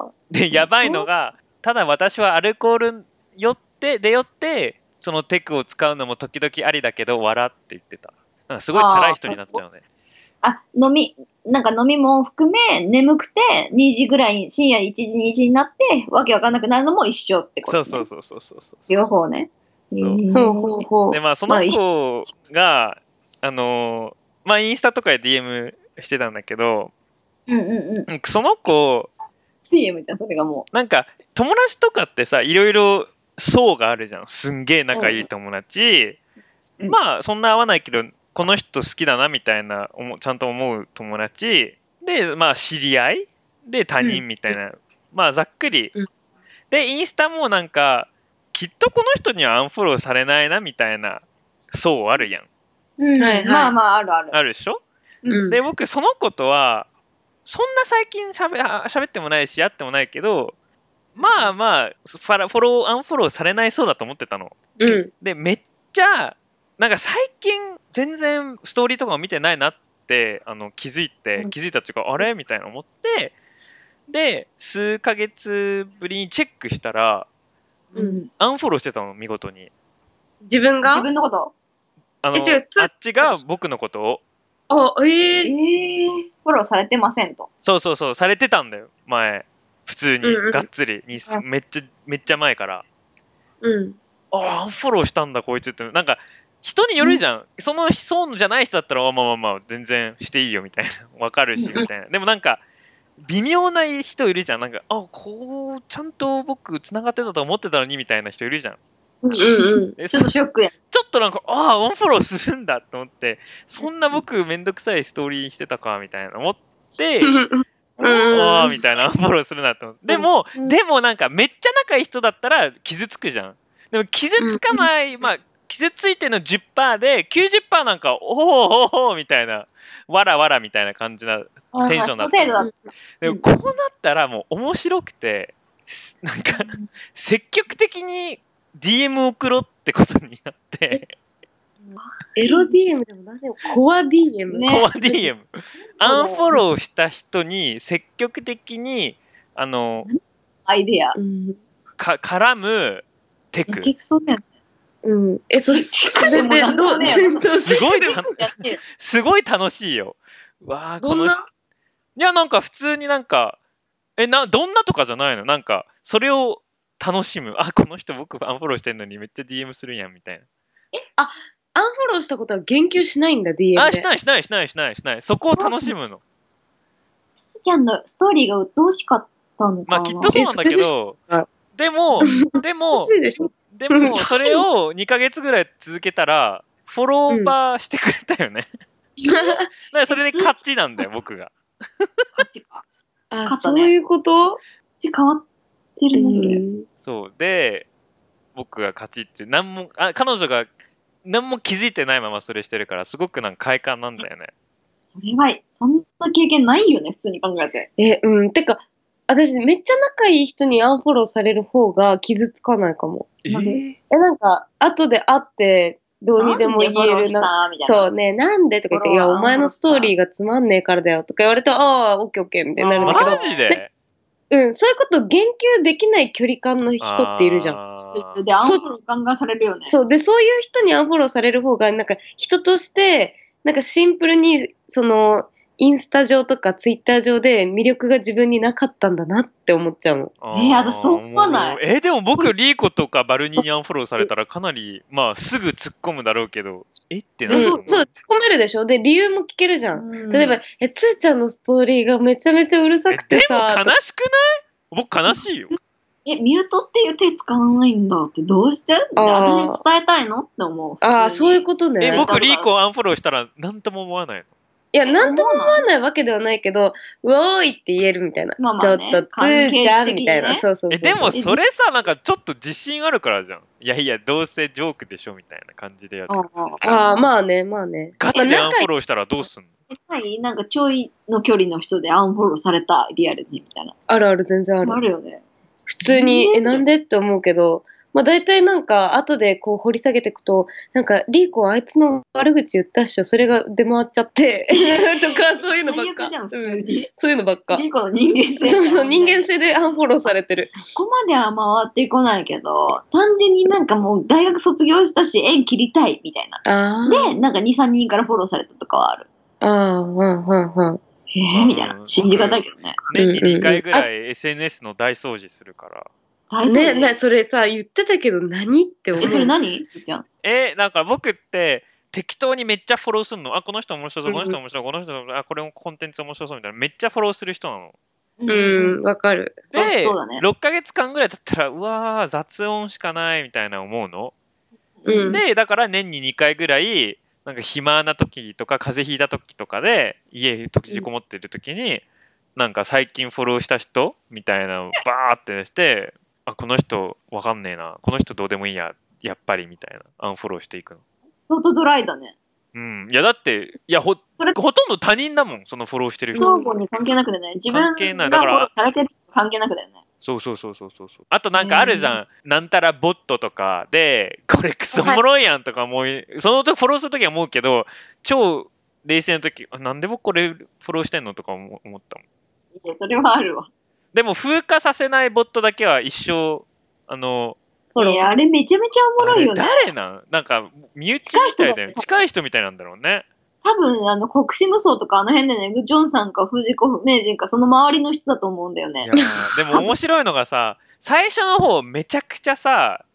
A: あ。
B: でやばいのがただ私はアルコールよってでよってそのテクを使うのも時々ありだけど笑って言ってたなんかすごいチャラい人になっちゃうね
A: あ、飲み、なんか飲みも含め、眠くて、2時ぐらいに、深夜1時、2時になって、わけわかんなくなるのも一緒ってこと、
B: そ
A: ね。
B: うそう
A: う。
B: そうそうそうそう
A: 両方ね。
B: そう
A: えー
C: ほうほうほう
B: で。まあそ
A: ま
B: の
A: あ一
B: 子が、あのーまあインスタとかで DM してたんだけど
A: うんうんうん。
B: うんその子
A: CM じゃん、それがも
B: なんか友達とかってさいろいろ層があるじゃんすんげえ仲いい友達、
A: うん
B: まあそんな合わないけどこの人好きだなみたいなおもちゃんと思う友達でまあ知り合いで他人みたいな、まあざっくり、
C: うん
B: でインスタもなんかきっとこの人にはアンフォローされないなみたいな層あるやん
A: うん
C: はいはい
A: まあまあ、あるある。
B: あるでしょ、
C: うん
B: で僕その子とはそんな最近しゃべあ喋ってもないし会ってもないけどまあまあファラフォローアンフォローされないそうだと思ってたの
C: うん。
B: でめっちゃなんか最近全然ストーリーとかも見てないなってあの気づいて
C: うん
B: 気づいたっていうかあれみたいな思ってで数ヶ月ぶりにチェックしたら
A: うん、
B: アンフォローしてたの見事に
C: 自分
A: 自
C: が
A: 分のこと
B: あの
C: え違うつ
B: あっちが僕のことを
C: あ、
A: え
C: ええ
A: ー、フォローされてませんと。
B: そうそうそうされてたんだよ前普通に
C: うんうん
B: がっつりに
C: あ
B: めっちゃめっちゃ前から
C: うん。
B: ああアンフォローしたんだこいつってなんか人によるじゃん、そのそうじゃない人だったらあまあまあまあ全然していいよみたいな わかるし
A: うんうん
B: みたいなでもなんか微妙な人いるじゃんなんかあこうちゃんと僕つながってたと思ってたのにみたいな人いるじゃん
A: うん
C: うんうん。
B: え
A: ち
B: そ
A: ょっとショックや。
B: ちょっとなんかああアンフォローするんだと思ってそんな僕めんどくさいストーリーにしてたかみたいな思って
C: うん
B: ああみたいなアンフォローするなと思ってでも、
C: うん
B: でもなんかめっちゃ仲いい人だったら傷つくじゃんでも傷つかない、まあ傷ついての10%で90%なんかおーおーおーみたいなわらわらみたいな感じなテンションだ
A: だ
B: っ
A: ったた。程度だっ
B: でもこうなったらもう面白くてすなんか積極的に DM 送ろうってことになって
C: エロ DM でも何でもコア DM。
A: ねえ
B: コア DM アンフォローした人に積極的にあの
A: たアイデア。
C: うん。
B: か絡むテク
A: やけくそだよね。
C: うん。え、そして、 それで
A: もう
C: どう
A: なんか
C: ど
A: ね
C: うす
B: すごいた
A: やってる
B: すごい楽しいよ。わあ
C: ど
B: こ
C: ん
B: の人
C: ない
B: やなんか普通になんかえなどんなとかじゃないのなんかそれを楽しむあこの人僕アンフォローしてんのにめっちゃ DM するやんみたい
C: アンフォローしたことは言及しないんだ、DM で。
B: なあしないしないしないしないしないそこを楽しむの
A: ちゃんのストーリーが鬱陶しかったのか
B: ま
A: な。
B: あきっとそうなんだけど
C: えそれでしょ
B: でもでも
C: 欲しいでしょ
B: でもそれを2ヶ月ぐらい続けたらフォローバーしてくれたよ ねだからそれで勝ちなんだよ僕が
A: 価値が。
C: あ、
A: 勝った
C: そう
A: ね
C: いうこと
A: 価値変わってるね、それ。
B: そうで僕が勝ちっていう何もあ彼女が何も気づいてないままそれしてるからすごくなんか快感なんだよね
A: それは、そんな経験ないよね、普通に考えて。
C: え、うん。てか、私、めっちゃ仲いい人にアンフォローされる方が傷つかないかも。
B: え
A: なんで
C: え、なんか、後で会って、どうにでも言
A: なん
C: え
A: でフォロー
C: る
A: し
C: な。
A: たみたいな。
C: そうね、なんでとか言って、い
A: フォ
C: や、
A: ロワー
C: お前のストーリーがつまんねえからだよとか言われて、ああ、オッケーオッケーみたいになるんだけ
B: マ
C: ど、
B: ジで
C: うん、そういうこと言及できない距離感の人っているじゃん。
B: あー
A: で、アンフォローガンガンされるよね。
C: そう、で、そういう人にアンフォローされる方が、なんか、人として、なんかシンプルに、その、インスタ上とかツイッター上で魅力が自分になかったんだなって思っちゃうの。
B: あ
A: え
B: ー
A: やだそう思わない
B: もうえでも僕リーコとかバルニーにアンフォローされたらかなりまあすぐ突っ込むだろうけどえってな
C: う
B: る
C: ん、
B: と
C: そ
B: 思
C: う、突っ込めるでしょで、理由も聞けるじゃん。
A: うん
C: 例えば、え、つーちゃんのストーリーがめちゃめちゃうるさ
B: え
C: く
B: で
C: て
B: も
C: さ、
B: 悲しくない僕悲しいよ
A: え、ミュートっていう手使わないんだってどうしてで
C: あ
A: 私
C: ー
A: に伝えたいのって思う。
C: ああ、そういう
A: こ
C: ことね。
B: え
A: なんか
B: 僕リーコをアンフォローしたら何とも思わないの
C: いや、なんとも
A: も思わ
C: 思わないわけではないけど、うおーいって言えるみたいな。
A: まあまあね
C: ちょっと、つーちゃんみたいな。
A: 関係値的にね
C: そうそうそう
B: えでもそれさなんかちょっと自信あるからじゃんいやいやどうせジョークでしょみたいな感じでやる
C: ああ、まあね、まあね。
B: ガチで
C: まあ
B: アンフ
C: 仲い
B: ォローしたらどうすんの
A: はい、なんかちょいの距離の人でアンフォローされた、リアルにみたいな。
C: あるある、全然ある
A: あ。るよね。
C: 普通に、
A: ね
C: え、なんでって思うけど、まあ大体なんか、後でこう掘り下げていくと、なんか、リーコあいつの悪口言ったっしょ、それが出回っちゃって、 とか、そういうのばっ
A: 最
C: か。
A: 悪じゃん、普
C: う
A: 通
C: ん
A: に。
C: そういうのばっか。
A: リコの人間性。
C: そうそう、人間。性でアンフォローされてる。
A: そこまでは回ってこないけど、単純になんかもう大学卒業したし、縁切りたいみたいな。
C: あー
A: で、なんか2、3人からフォローされたとかはある。
C: あー、うん、うん、うん。
A: へえ、みたいな。信じがたいけどね。
B: 年に
C: うんうんうん
B: 2回ぐらい SNS の大掃除するから
A: 大丈
C: ね、
A: 夫。
C: な、それさ、言ってたけど何って思う
A: え、。それ何じゃん。
B: えなんか僕って適当にめっちゃフォローするのあこの人面白そう
C: うん
B: この人面白そうこの人面白そうあこれもコンテンツ面白そうみたいなめっちゃフォローする人なの
A: う
C: うん、。わかる。
A: そう
B: で、
A: そうだね
B: 6ヶ月間ぐらい経ったらうわー雑音しかないみたいな思うの、
C: うん
B: でだから年に2回ぐらいなんか暇な時とか風邪ひいた時とかで家に閉じこもってる時に、なんか最近フォローした人みたいなのをバーってしてあこの人わかんねえなこの人どうでもいいややっぱりみたいなアンフォローしていくの
A: 相当ドライだね。
B: うんいやだっていやほ
A: それ
B: ほとんど他人だもんそのフォローしてる人
A: 相互に関係なくてね、自分
B: 関係ない
A: が
B: だ
A: フ
B: か
A: ォ
B: ら
A: ローされてると関係なくだよね。
B: そうそうそうそうそうそうあとなんかあるじゃん、なんたらボットとかでこれクソおもろいやんとか思い、その時フォローする時は思うけど超冷静な時あなんで僕これフォローしてんのとか思思ったもん
A: いや、それはあるわ。
B: でも風化させないボットだけは一生あの
C: フォロー
A: いや、あれめちゃめちゃおもろいよ
B: あれ
A: ね。
B: 誰なんなんか身内みたいだよね
A: 近
B: 近い人みたいなんだろうね
A: 多分、あの、国士無双とかあの辺でね、ジョンさんか藤子名人かその周りの人だと思うんだよ
B: い
A: ね
B: や。ーでも面白いのがさ最初の方めちゃくちゃさ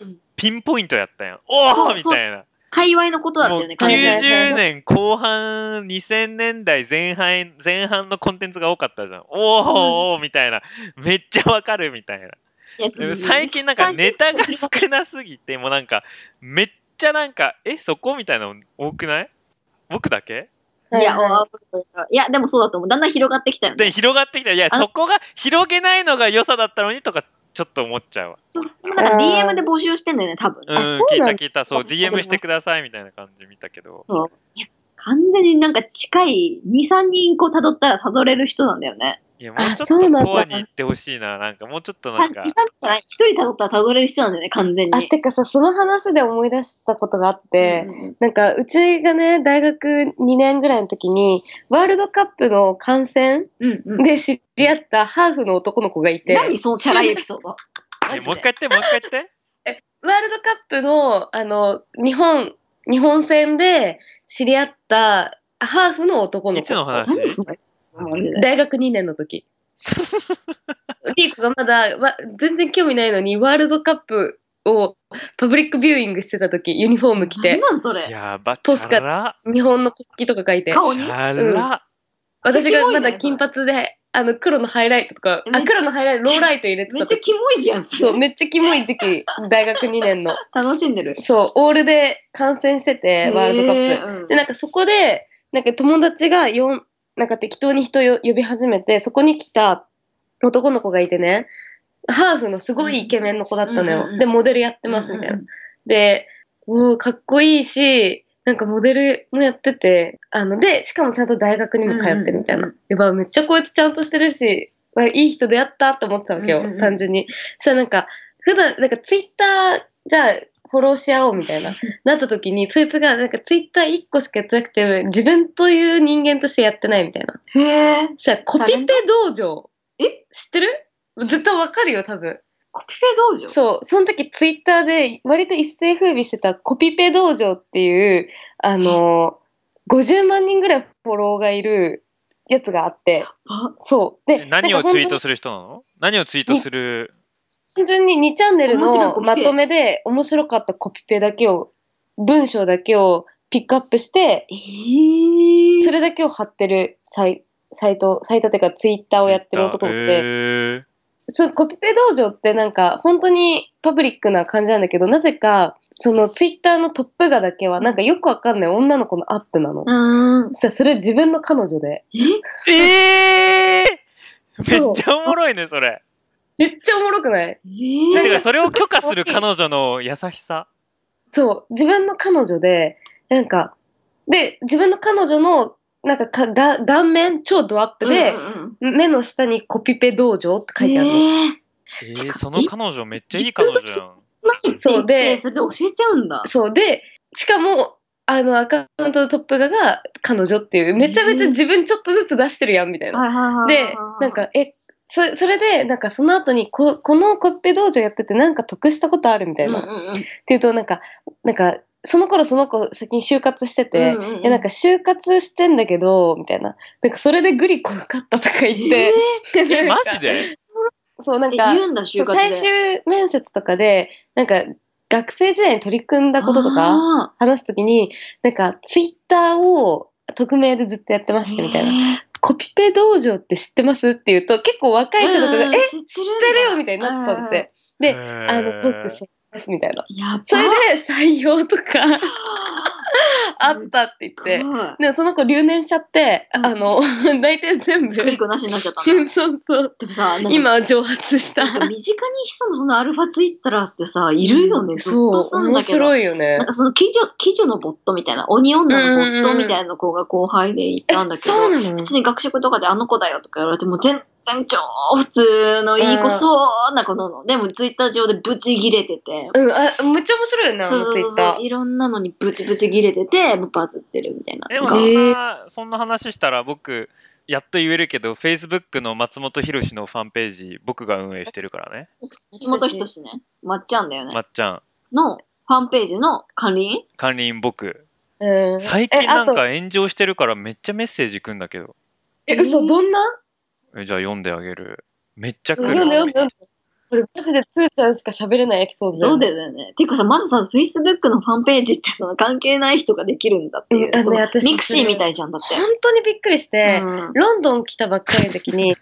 C: うん
B: ピンポイントやったやんお
A: そ
B: お
A: う
B: みたいな
A: 界隈のことだった
B: もう
A: よね、海外の
B: 90年後半2000年代前半前半のコンテンツが多かったじゃんおーおーみたいなめっちゃわかるみたいない
A: や
B: でも最近なんかネタが少なすぎてもうなんかめっちゃなんかえそこみたいなの多くない僕だけ
A: いや、
C: はいはい
A: いや、でもそうだと思う。だんだん広がってきたよね
B: で。広がってきたいや
A: あ
B: そこが広げないのが良さだったのにとかちょっと思っちゃうわ
A: そうなんか DM で募集してんだよね、多分。
B: う
C: あ
B: ん
C: そう
B: 聞い
C: な
B: た
C: んだ
B: 聞いたそう
C: あそうなんだ
B: DM してくださいみたいな感じ見たけど
A: そう。いや、完全になんか近い2、3人こう辿ったら辿れる人なんだよね。
B: いやもうちょっ
C: あそうなん
B: と
C: だ
B: コアに行ってほしいななんかもうちょっと
A: 2、
B: なん
A: 3人
B: か
A: じゃない ?1 人辿ったら辿れる人なんだよね、完全に。
C: あ、てかさ、その話で思い出したことがあって、
A: うんうん
C: なんか、うちがね、大学2年ぐらいの時に、ワールドカップの観戦
A: うんうん。
C: で知り合ったハーフの男の子がいて、
A: 何そのチャラいエピソード。
B: えもう一回言ってもう一回言って
C: ワールドカップの、あの、日本、日本戦で知り合ったハーフの男の子。
B: いつの話
A: 何そのエピソード
C: 大学2年の時。リーコがまだわ全然興味ないのに、ワールドカップをパブリックビューイングしてた時、ユニフォーム着て
A: 何、なんそれ。
B: やばチ
C: ポス
B: ャ
C: カ
B: ラ
C: 日本の国旗とか書いて、
A: 顔
B: チ
A: に
B: ャラ
C: 私がま
A: めっ
C: だ
A: ちゃキモい
C: 金
A: ね
C: 髪で、あの、黒のハイライトとか、
A: めっち
C: あ、
A: ゃ
C: 黒のハイライト、ローライト入れて
A: めったちゃ
C: 時。
A: キモいやん、そ
C: そう、
A: れ。
C: めっちゃキモい時期、 大学2年の。
A: 楽しんでる。
C: そう、オールで観戦してて、ワールドカップ。
A: ッ
C: で、なんかそこで、なんか友達がよん、なんか適当に人よ呼び始めて、そこに来た男の子がいてね、ハーフのすごいイケメンの子だったの
A: うんうんうんう
C: よ。
A: ん
C: で、モデルやってますみたいな。。で、おーかっこいいし、なんかモデルもやってて、あの、で、しかもちゃんと大学にも通ってるみたい
A: うんう
C: な。
A: ん
C: やば、めっちゃこいつちゃんとしてるし、わいい人出会ったと思ってたわけよ、
A: うんうんうん
C: 単純に。そしたらなんか、普段、なんかツイッター、じゃあ、フォローし合おうみたいな、なった時に、そいつが、なんかツイッター1個しかやってなくて、自分という人間としてやってないみたいな。
A: へえ。
C: そしたら、コピペ道場。
A: え
C: 知ってる絶対わかるよ、多分。
A: コピペ道場
C: そう、その時ツイッターで割と一世風靡してたコピペ道場っていう、あのー、50万人ぐらいフォローがいるやつがあって、
A: あ
C: そう。で、
B: え何をツイート
C: す
B: する人な の何をツイートする
C: る単純に2チャンネル
A: 面白いコ
C: の
A: ピペ
C: まとめで面白かったコピペだけを、文章だけをピックアップして、
A: えー
C: それだけを貼ってるサイサイト、サイトっていうかツイッターをやってる男っ
B: ツイッ
C: て、
B: ターへー
C: そう、コピペ道場ってなんか、本当にパブリックな感じなんだけど、なぜか、そのツイッターのトップ画だけは、なんかよくわかんない女の子のアップなの。
A: うん。
C: そしたらそれ自分の彼女で。
B: えー、
C: そう
B: めっちゃおもろいねそれ
C: めっちゃおもろくない
A: え
C: なん
B: て
A: ー
B: かそれを許可する彼女の優しさ
C: そう、自分の彼女で、なんか、で、自分の彼女の、なんかかが、顔面超ドアップで、
A: うんうんうん
C: 目の下にコピペ道場って書いてあるの。
A: えー
B: えー、その彼女めっちゃいい彼女じゃん
C: そうで
A: それで教えちゃうんだ。
C: そうで、しかも、あのアカウントのトップ画が彼女っていう、めちゃめちゃ自分ちょっとずつ出してるやんみたいな。
A: はいはいはいはい
C: で、なん、か、え、そそれで、なんかその後にこ、このコッペ道場やっててなんか得したことあるみたいな。って言うと、なんか、なんか、その頃その子先に就活してて、え、なん
A: か
C: か就活してんだけど、みたいな。なんかそれでグリコ受かったとか言っ
A: え
C: て。
B: え
C: な
B: マ
C: んか
B: ジで
C: そう、なんか、
A: 言うんだ、就活
C: 最終面接とかで、なんか学生時代に取り組んだこととか
A: か、
C: 話すときに、なんかツイッターを匿名でずっとやってましたみたいな。
A: な。
C: コピペ道場って知ってますって言うと結構若い人とかが、え知っ
A: 知って
C: るよみたいになってたんで、
B: で
C: であの僕そうですみたいな
A: やば
C: それで採用とかあったって言って。
A: は
C: でもその子留年しちゃって、
A: うん
C: あの、 大体全部
A: い。。リコなしになっちゃ ったんだ。
C: そうそう。
A: でもさ、なんか
C: 今、蒸発した。
A: なんか身近に潜むそのアルファツイッターってさ、いるよね。ずっ
C: そう
A: と、すん
C: 面
A: だけど。
C: 白いよね
A: なん。かその鬼女、鬼女のボットみたいな、鬼女のボットみたいな子が後輩でいたんだけど、
C: そうなの
A: 別に学食とかであの子だよとか言われても全然超普通のいい子そうな子なの。でもツイッター上でブチギレてて。
C: うん、あ、めっちゃ面白いよね、あ
A: そう
C: の
A: そう
C: ツイ
A: そう
C: ッタ
A: そう。
C: ー。
A: いろんなのにブチブチギレてて、もうバズってるみたいな。
B: でも
A: な
B: そ
A: んか
B: ん
C: え
B: な、そんな話したら僕、やっと言えるけど、Facebook の松本博士のファンページ、僕が運営してるからね。
A: 木本人志ね。まっちゃんだよね。
B: まっちゃん、
A: のファンページの管理員
B: 管理員僕。
C: うん。
B: 最近
C: えあ
B: なん
C: と
B: か炎上してるからめっちゃメッセージくんだけど。
C: え、嘘、どんな
B: えじゃあ読んであげる。めっちゃく
C: 読
B: る。
C: んで読んで読んで。これマジでつーちゃんしか喋れないエピソード
A: そう
C: だ
A: だ
C: よね。
A: よね。てかさ、まずさ、Facebook のファンページってその関係ない人ができるんだっていう。
C: うんあの
A: その
C: 私
A: ミクシーみたいじゃん、だって。
C: 本当にびっくりして、
A: うん
C: ロンドン来たばっかりの時に、つ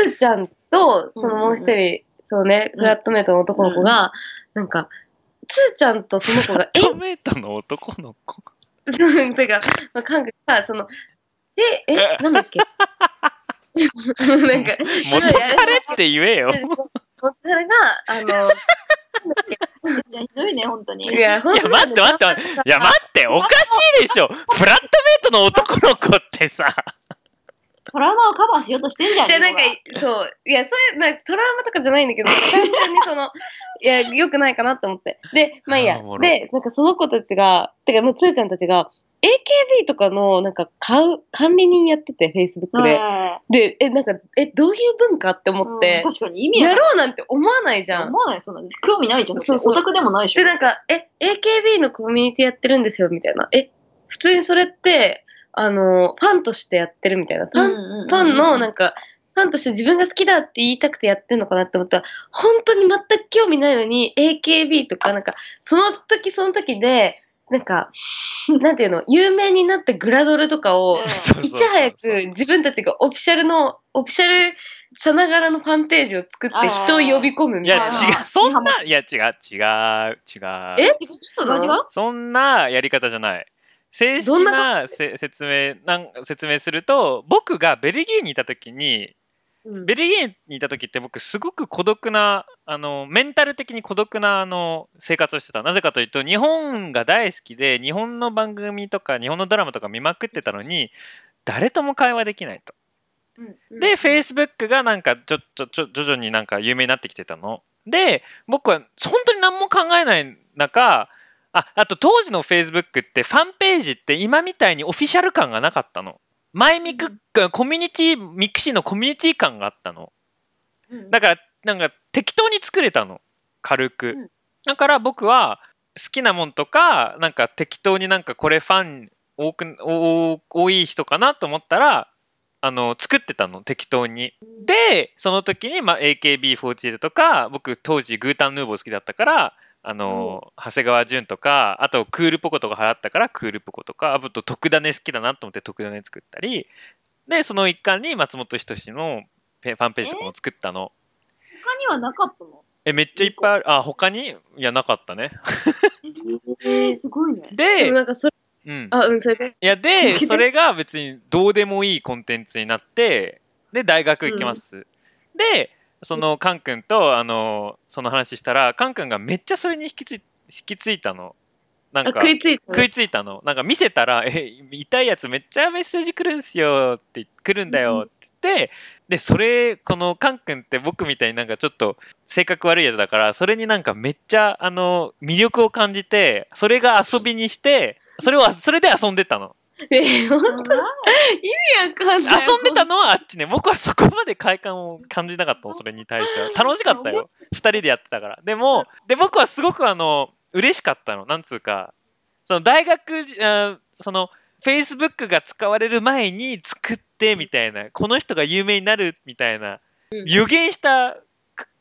C: ーちゃんと、そのもう一
A: うん
C: 人、そうね、
A: うん
C: フラットメイトの男の子が、なんか、つーちゃんとその子が、
B: トメートの男の子。
C: えてか、まあ、韓国が、その、え、え、なんだっけなんか、
B: 元彼って言えよ。
C: そそれが、あの、
A: いや、ひどいね、本当に。
C: いや、ほん
B: いや待って待って待いや待って、おかしいでしょ。フラットメイトの男の子ってさ。
A: トラウマをカバーしようとしてんじゃん。
C: じゃあなんか
A: これは、
C: そう、いや、そういう、なんかトラウマとかじゃないん だけど、単純にその、いや、良くないかなと思って。で、まあいい
B: あ
C: や
B: ーおも。ろ
C: で、なんかその子たちが、てか、まあ、つーちゃんたちが、AKB とかの、なんか、買う、管理人やってて、Facebook で。
A: ね
C: で、え、なんか、え、どういう文化っ
A: え
C: て思って
A: うん、確かに意味
C: や
A: わかん
C: ろうなんて思わないじ
A: ない
C: ゃん
A: 思。わない、そんな。興味ないじゃん。
C: そうそう
A: オタクでもないでしょ
C: で、。なんか、え、AKB のコミュニティやってるんですよ、みたいな。え、普通にそれって、あの、ファンとしてやってるみたいな。ファン
A: ン
C: ファンの、なん
A: か、
C: んか、ファンとして自分が好きだって言いたくてやってんのかなって思ったら、本当に全く興味ないのに、AKB とか、なんか、その時その時で、なんか、なんていうの、有名になったグラドルとかを
A: うん、
B: そうそうそう
C: いち早く自分たちがオフィシャルの、オフィシャルさながらのファンページを作って人を呼び込む
B: い
C: みたい
B: や、
C: な。
B: 違う。そんな、いや、違う、違う、違う。
C: え
A: 違
C: そうう
A: 違
C: な
A: う
C: の
B: そんなやり方じゃない。正
C: ど
B: 式
C: ん
B: な
C: な
B: せ説明なん説明すると僕がベルギーにいた時に
C: うん
B: ベルギーにいた時って僕すごく孤独なあのメンタル的に孤独なあの生活をしてたなぜかというと日本が大好きで日本の番組とか日本のドラマとか見まくってたのに誰とも会話できないと。で、Facebook がなんかちょちょちょ徐々になんか有名になってきてたの。で、僕は本当に何も考えない中、ああと当時の Facebook ってファンページって今みたいにオフィシャル感がなかったの。マイミク、コミュニティ、ミクシーのコミュニティ感があったの。だからなんか適当に作れたの軽く、
C: うん
B: だから僕は好きなもんとかなんか適当になんかこれファン多く多多い人かなと思ったらあの作ってたの適当にでその時に、まあ、AKB48 とか僕当時グータンヌーボー好きだったからあの長谷川潤とかあとクールポコとか払ったからクールポコとかあと特ダネ好きだなと思って特ダネ作ったりでその一環に松本人志のペファンページとかも作ったの、
A: 他にはなかったの
B: えめっちゃいっぱいあるあ他にいやなかったね
A: えー、すごいね。
C: で
B: で
C: も、なんかそれ、
B: うん、
C: あ、うん、それで。
B: いや でそれが別にどうでもいいコンテンツになってで大学行きます、でそのカン君とあのその話したらカン君がめっちゃそれに引きつい引きついたのなん
C: あ、
B: か
C: 食いついた。
B: 食いついたのなんか見せたら「え痛いやつめっちゃメッセージ来るんすよ」って来るんだよって言ってでそれこのカン君って僕みたいになんかちょっと性格悪いやつだからそれになんかめっちゃあの魅力を感じてそれが遊びにしてそれをそれで遊んでたの
C: え、ほんとやかん
B: 遊
C: ない。
B: んでたのはあっちね僕はそこまで快感を感じなかったのそれに対しては楽しかったよ2人でやってたからでもで僕はすごくあの嬉しかったのなんつうかその大学じあーその Facebook が使われる前に作ってみたいなこの人が有名になるみたいな予言した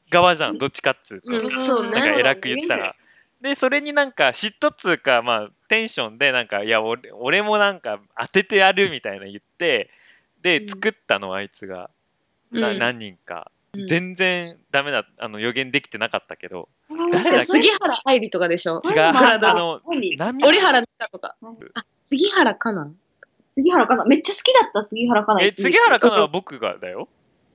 B: 側じゃんどっちかっつうと、
C: うんそうね
B: なんか偉く言ったら。でそれになんか嫉妬っつうかまあテンションでなんかいや俺俺もなんか当ててやるみたいな言ってで
C: うん
B: 作ったのあいつが、な
C: うん
B: 何人か全然ダメだあの予言できてなかったけど
C: 確
B: 誰だ
C: か
B: っけ
C: 杉原愛理とかでしょ
B: 違う
A: なんだ
B: あの
A: 何
B: 波
C: 折原美香とか
A: うん。
C: あ、杉原かな
A: 杉原かなめっちゃ好きだった杉原かな
B: え杉原かなは僕がだよ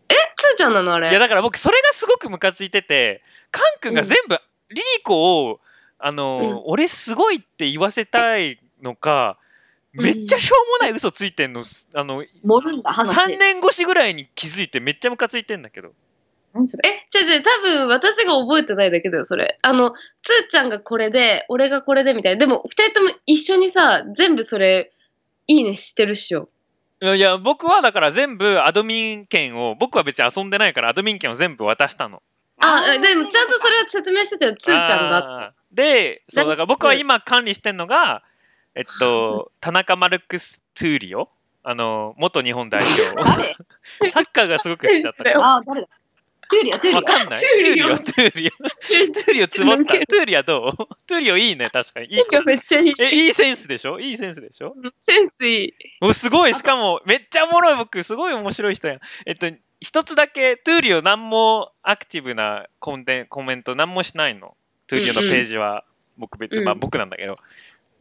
C: え、つーちゃんなのあれ。
B: いやだから僕それがすごくムカついててカン君が全部リリコをあの、俺すごいって言わせたいのかめっちゃしょうもない嘘ついてんのあの
A: 盛るんだ話
B: 3年越しぐらいに気づいてめっちゃムカついてんだけど
A: 何それ
C: え、違う違う、多分私が覚えてないだけだよ、それ。あの、つーちゃんがこれで、俺がこれでみたいな。でも、二人とも一緒にさ、全部それ、いいねしてるっしょ。
B: いやいや僕はだから全部アドミン権を僕は別に遊んでないからアドミン権を全部渡したの
C: あ、えでもちゃんとそれを説明してたよ、つーちゃんが
B: あーでそうだから僕は
C: うん
B: 今管理してんのがえっと田中マルクス・トゥーリオあの元日本代 表
A: 誰
B: サッカーがすごく好きだったから
A: あ誰だトゥーリオトゥーリオ
B: わかんない。ト
C: トゥ
B: ゥー
C: ーリ
B: リ
C: オ
B: オ、トゥーリオ。トゥーリオつまった。トゥーリオどうトゥーリオいいね、確かに。いい
C: いやめっちゃいい。
B: え、いいセンスでしょいいセンスでしょ
C: センスいい。
B: おすごい、しかも、めっちゃおもろい、僕、すごい面白い人やん。えっと、一つだけ、トゥーリオ何もアクティブなコンテンコメント何もしないの。トゥーリオのページは、僕別、まあ
C: うん
B: 僕なんだけど。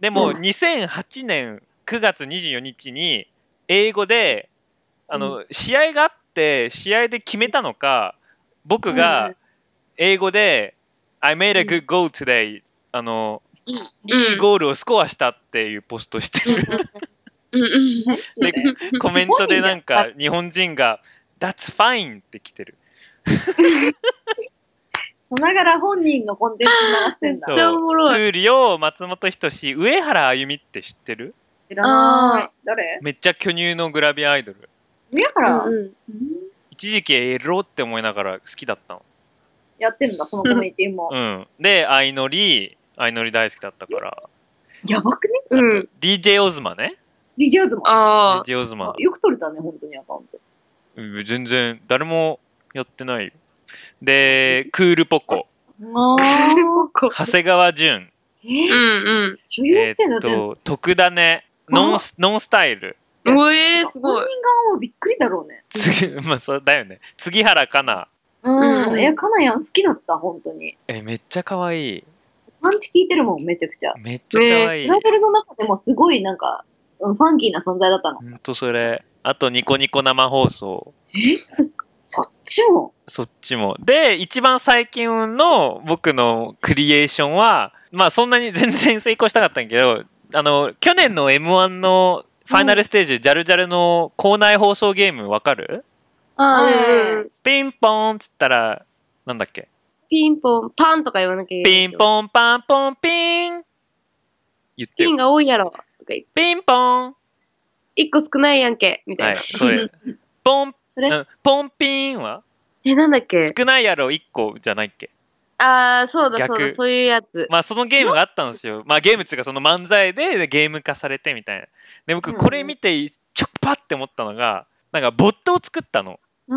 B: でも、
C: うん
B: 2008年9月24日に、英語で、あの、試合があって、試合で決めたのか、僕
C: う
B: が
C: ん、
B: 英語で、I made a good goal today、あの、いいゴールをスコアしたっていうポストしてる。
C: うんうん。
B: で
C: うん
B: コメントでなんか日本人が「That's fine」って来てる
A: さながら本人のコンテンツ流してん
C: め
A: だ
C: っちゃおも
B: ト
C: ろい。
B: ゥーリオ松本人志上原あゆみって知ってる
A: 知らない誰
B: めっちゃ巨乳のグラビアアイドル
A: 宮原、
C: うんうん
A: うん
B: 一時期エロって思いながら好きだったの
A: やってんだそのコミュニティも、
B: うんで相乗り相乗り大好きだったから
A: やばくね
C: うん。
B: DJ オズマね
A: DJ ズも
C: ああ。
B: DJ オズマ
A: よく取れたね本当にアカウント
B: うん全然誰もやってないよでクールポコ
A: あ
B: 長谷川潤
A: え
C: う
A: ー、
C: ん
A: 所有してんだ
B: ー
A: って、
B: と徳田ねノンスノンスタイル
C: うん。うえー、す
A: 本
C: ごい。
A: 人側もびっくりだろうね
B: 次まあそうだよね杉原かな
A: うん、
C: うん
A: いやかなやん好きだった本当に
B: えめっちゃ可愛い
A: パンチ効いてるもんめちゃくちゃ
B: めっちゃ可愛い、
A: アイドルの中でもすごいなんかうんファンキーな存在だったの
B: ほんとそれあとニコニコ生放送
A: そっちも
B: そっちもで一番最近の僕のクリエーションはまあそんなに 全然成功したかったんやけどあの去年の m 1のファイナルステージ、ジャルジャルの校内放送ゲームわかる
A: あ
C: うん。
B: ピンポーンっつったらなんだっけ
C: ピンポン、パンとか言わなきゃいけない
B: ピ
C: でし
B: ン
C: ょ。
B: ポンパンポンピン言って
C: ピ
B: よ
C: ンが多いやろ。とか言って
B: ピンポーン
C: 一個少ないやんけ。みた
B: は。、
C: いない
B: それ。ポン、
A: それ
B: うんポンピンは
C: え、なんだっけ
B: 少ないやろ、1個じゃないっけ。
C: ああ、そうだそうだ、
B: 逆
C: そういうやつ。
B: まあ、そのゲームがあったんですよ。まあ、ゲームっていうか、その漫才ででゲーム化されてみたいな。で、
A: う
B: 僕、
A: ん
B: これ見て、ちょっぱって思ったのが、なんか、ボットを作ったの。
A: う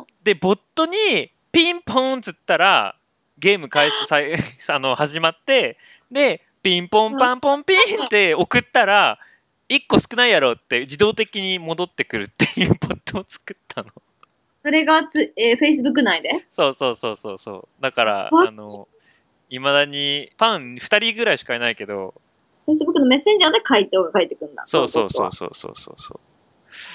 A: ん
B: で、ボットに、ピンポンっつったら、ゲーム開始、さい あの、始まって、で、ピンポンパンポンピンって送ったら、1個少ないやろって自動的に戻ってくるっていうボットを作ったの。
A: それがつ、えー、Facebook 内で
B: そうそうそうそうそうだから
A: マジ
B: あのいまだにファン2人ぐらいしかいないけど
A: Facebook のメッセンジャーで回答が返ってくんだ
B: そうそうそうそうそうそうそ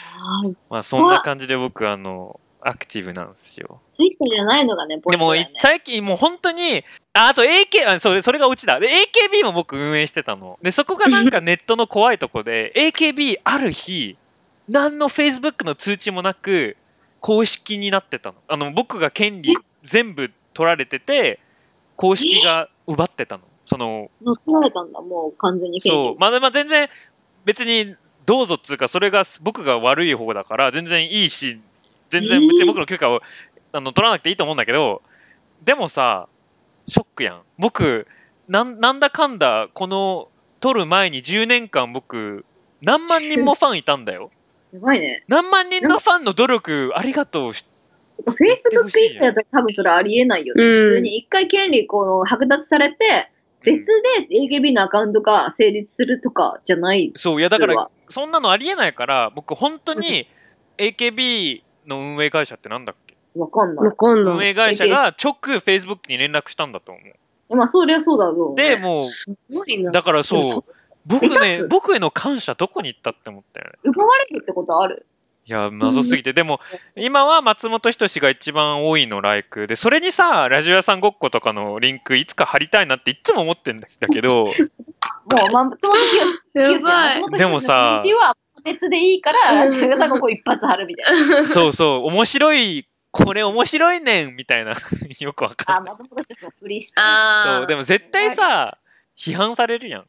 B: う
A: はい
B: まあそんな感じで僕あのアクティブなんですよ
A: Twitter じゃないのがねポイ
B: で
A: ント
B: も
A: だよね
B: 最近もう本当にああと AK あそれそれがオチだで AKB も僕運営してたのでそこがなんかネットの怖いとこで AKB ある日何の Facebook の通知もなく公式になってたのあの僕が権利全部取られてて公式が奪ってたのその
A: 乗っ取られたんだもう完全に権利
B: そう、まあ、まあ全然別にどうぞっつうかそれが僕が悪い方だから全然いいし全然別に僕の許可を、あの取らなくていいと思うんだけどでもさショックやん僕なんなんだかんだこの取る前に10年間僕何万人もファンいたんだよ
A: やばいね
B: 何万人のファンの努力ありがとうし
A: Facebook 以下だったら多分それありえないよね、
C: うん
A: 普通に一回権利この剥奪されて別で AKB のアカウントが成立するとかじゃない
B: そういやだか
A: 普通
B: ら
A: は
B: そんなのありえないから僕本当に AKB の運営会社ってなんだっけ
A: わかんない。
C: 残んの
B: 運。営会社が直 Facebook に連絡したんだと思う。
A: えまあ、そりゃそうだろう、ね。
B: で、もう、
C: すごいな。
B: だからそ
C: でも
B: う、僕
A: 目
B: ね
A: 立つ、
B: 僕への感謝どこに行ったって思ったよね。
A: 奪われるってことある
B: いや、謎すぎて。でも、今は松本人志が一番多いのライクで、それにさ、ラジオ屋さんごっことかのリンクいつか貼りたいなっていつも思ってんだけ ど、
A: もう、まあ、松本清
C: や
A: 清
C: ば
A: 松
C: い
A: 本清の
B: でもさ
A: コミュニティは別でいいから、
C: うん
A: 中田さんがこう一発貼るみたいな。
B: そうそう、面白い、これ面白いねんみたいな、 よくわか
A: あ、
B: んない。
A: 松本清のふりして。
C: ああ。
B: そう、でも絶対さ、批判されるやん。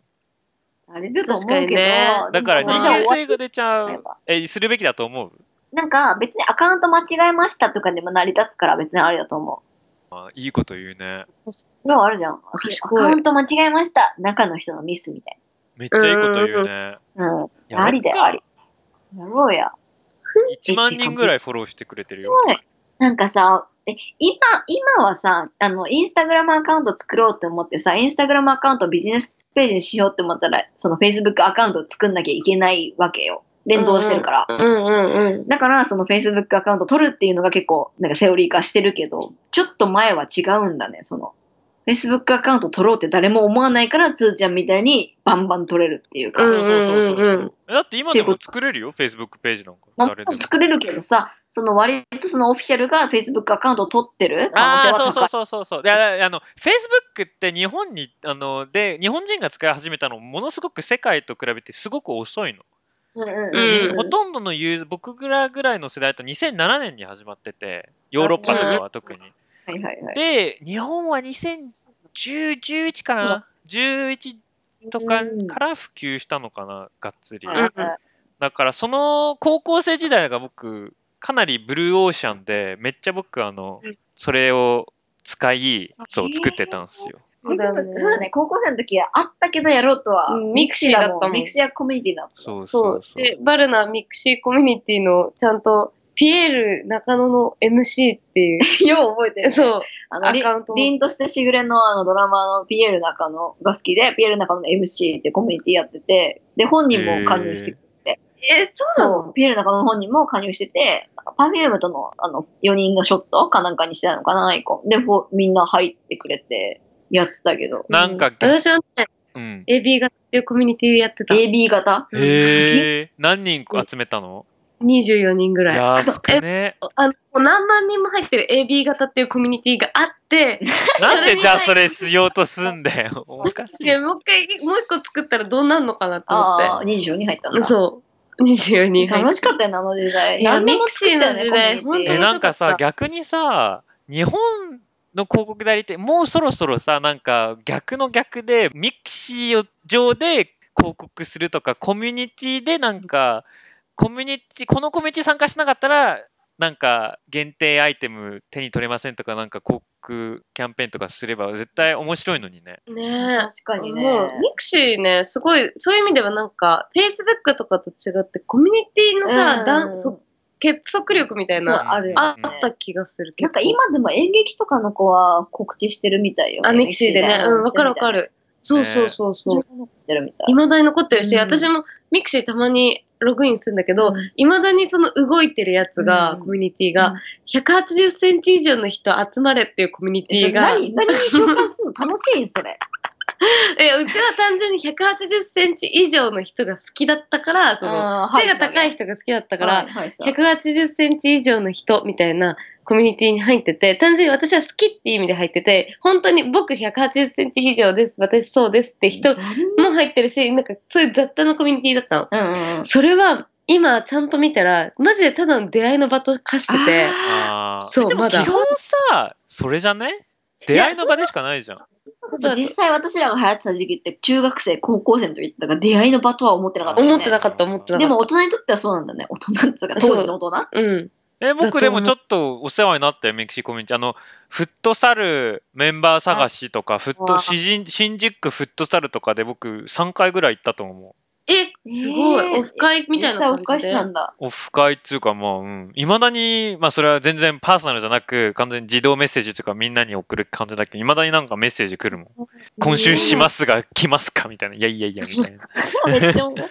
A: あれだと思うけ
C: 確か
A: ど、
C: にね
B: だから
A: で
B: 人
A: も
B: 間性が出ちゃ
A: なん
B: う。
A: か
B: え、するべきだと思う
A: なんか別にアカウント間違えましたとかでも成り立つから別にあれだと思う。
B: あいいこと言うね。
A: 要はあるじゃん。ア
C: 賢い
A: カウント間違えました。中の人のミスみたい
B: めっちゃいいこと言うね。
A: な。うん。
B: やろうか
A: ありだよありやろうや。
B: 1万人ぐらいフォローしてくれてるよ。
A: すごいなんかさ、え今、今はさ、あの、インスタグラムアカウント作ろうって思ってさ、インスタグラムアカウントをビジネスページにしようって思ったら、その Facebook アカウントを作んなきゃいけないわけよ。連動してるから。
C: うんうんうん。
A: だから、その Facebook アカウント取るっていうのが結構、なんかセオリー化してるけど、ちょっと前は違うんだね、その。Facebook アカウント取ろうって誰も思わないから、つーちゃんみたいにバンバン取れるっていうか。
B: そううんそうそう
C: うんう
B: そ
C: んうん
B: う。だって今でも作れるよ、Facebook ページなんか。
A: まあ、
B: 誰でも。
A: 作れるけどさ、その割とそのオフィシャルが Facebook アカウントを取ってる可
B: あ
A: 能
B: あ、
A: 性
B: そう
A: は高
B: そう
A: い。
B: そうそうそう。で、ああの、Facebook って日本に、あの、で、日本人が使い始めたの、ものすごく世界と比べてすごく遅いの。
A: うん
C: うん
B: にほとんどのユーザー、僕らぐらいの世代だと2007年に始まってて、ヨーロッパとかは特に。
A: はいはいはい。
B: で、日本は2010、11かな ?11 とか
A: うん
B: から普及したのかな、がっつり。
A: はい
C: うん
A: はい
B: だからその高校生時代が僕かなりブルーオーシャンでめっちゃ僕あの
C: うん
B: それを使い
A: あ
B: そう
A: へー
B: 作ってたんですよ。
A: そうだね、高校生の時はあったけどやろうとは、
C: うん
A: ミクシーだ
C: ミクシーだっ
A: も
C: た
A: ん。
C: もん
A: ミクシーはコミュニティだもん。
B: そう
C: そ
B: そうう。そう。
C: で、バルナミクシーコミュニティの、ちゃんと、ピエール中野の MC っていう、
A: よう覚えてる。
C: そう、
A: あの、
C: ア
A: り
C: カウントも。
A: 凛としてしぐれのあのドラマのピエール中野が好きで、ピエール中野の MC ってコミュニティやってて、で、本人も加入してくれて。え、そうなのピエール中野本人も加入してて、パフュームとのあの4人のショットかなんかにしてたのかな、アイコン。で、ほみんな入ってくれてやってたけど。
B: なんか
C: う私はね、
B: うん。
C: AB がっていうコミュニティやってた。
A: AB 型
C: うん
B: へえ。何人集めたの？
C: 24人ぐらい。
B: 安 くね。
C: あの、何万人も入ってる AB 型っていうコミュニティがあって、
B: なんでじゃあそ
C: それ
B: れ
C: 以外
B: しようとすんだよ。おかし い
C: い。やもう一回、もう一個作ったらどうなんのかなと
A: あ
C: 思
A: あ、24に入ったん
C: って。
A: だ。
C: そう。24人入
A: 楽
C: って。
A: しかったよね、あの時代。
C: いや
A: 何でも作ったよね
C: ミクシーの時代
A: コミュニティ
B: え
C: 本
B: なんか
C: 面
B: さ
C: 白
B: 逆にさ日本の広告代理店もうそろそろさなんか逆の逆でミクシー上で広告するとかコミュニティでなんかコミュニティこのコミュニティ参加しなかったらなんか限定アイテム手に取れませんとかなんか広告キャンペーンとかすれば絶対面白いのにね。
C: ねえ。
A: 確かにね。
C: もう、ミクシーね、すごい、そういう意味ではなんか、Facebook とかと違って、コミュニティのさ、だんそ結束力みたい
A: そう
C: な、
A: あるよね
C: あった気がするけ
A: な
C: ど。
A: んか今でも演劇とかの子は告知してるみたいよ、
C: あ、ミクシーでね。うん、わかるわか
A: る。
C: る。そうそうそうそう。
A: してるみたい。
C: いまだに残ってるし、
A: うん
C: 私もミクシーたまにログインするんだけど、
A: うん
C: いまだにその動いてるやつが、
A: うん
C: コミュニティが、180センチ以上の人集まれっていうコミュニティが、
A: 何何に共感するの楽しいんそれ。
C: えうちは単純に180センチ以上の人が好きだったから、その、
A: あー
C: 背が高い人が好きだったから、
A: はいはいはい
C: 180センチ以上の人みたいなコミュニティに入ってて、単純に私は好きっていう意味で入ってて、本当に僕180センチ以上です、私そうですって人も入ってるし、なんかそういう雑多なコミュニティだったの。
A: うんうんうん。
C: それは今ちゃんと見たらマジでただの出会いの場と化してて
A: あ
B: あー
C: そう
B: でも
C: ま
B: 基
C: だ
B: 本さそれじゃね出会いの場でしかないじゃん。
A: ーでも実際私らが流行ってた時期って中学生、高校生の時ってだから出会いの場とは思ってなかったよね。
C: 思ってなかった思ってなか
A: で
C: った
A: も大人にとってはそうなんだね。大人っていうか当時の大人
C: うん
B: え
C: だと思
B: 僕
C: う
B: でもちょっとお世話になったよメキシコミュニティあのフットサルメンバー探しとかフッ
A: う
B: ト
A: わ
B: 新新宿フットサルとかで僕3回ぐらい行ったと思う
C: え、すご
A: えー
C: い。オフ会みたいな感
A: 実際オ
C: じで。
A: フ会してたんだ。
B: オフ会っていうかまあうんいまだにまあそれは全然パーソナルじゃなく完全に自動メッセージとかみんなに送る感じだけどいまだになんかメッセージ来るもん今週しますが来ますかみたいないやいやいやみたい な
A: めっちゃ面白い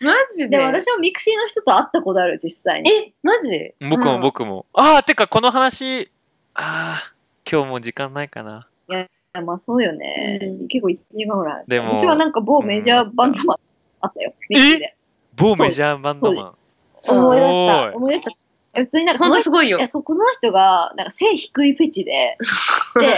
C: マジ
A: で
C: で
A: も私もミクシーの人と会ったことある、実際に。
C: え、マジ
B: 僕
A: う
B: も
A: ん
B: 僕もああてかこの話ああ今日もう時間ないかな
A: まあそうよね。
C: うん
A: 結構1時間ぐらい。
B: でも
A: 私はなんか某メジャーバンドマンあったよ。ミクシーで。
B: 某メジャーバンドマン
C: そう
A: 思い出し
B: すご
A: た。
B: い
A: 思い出した。普通になんか
C: ほ
A: そ
C: ん
A: の
C: と
A: 人
C: すごいよ
A: いや。そうこの人がなんか背低いフェチ で、で、
B: いや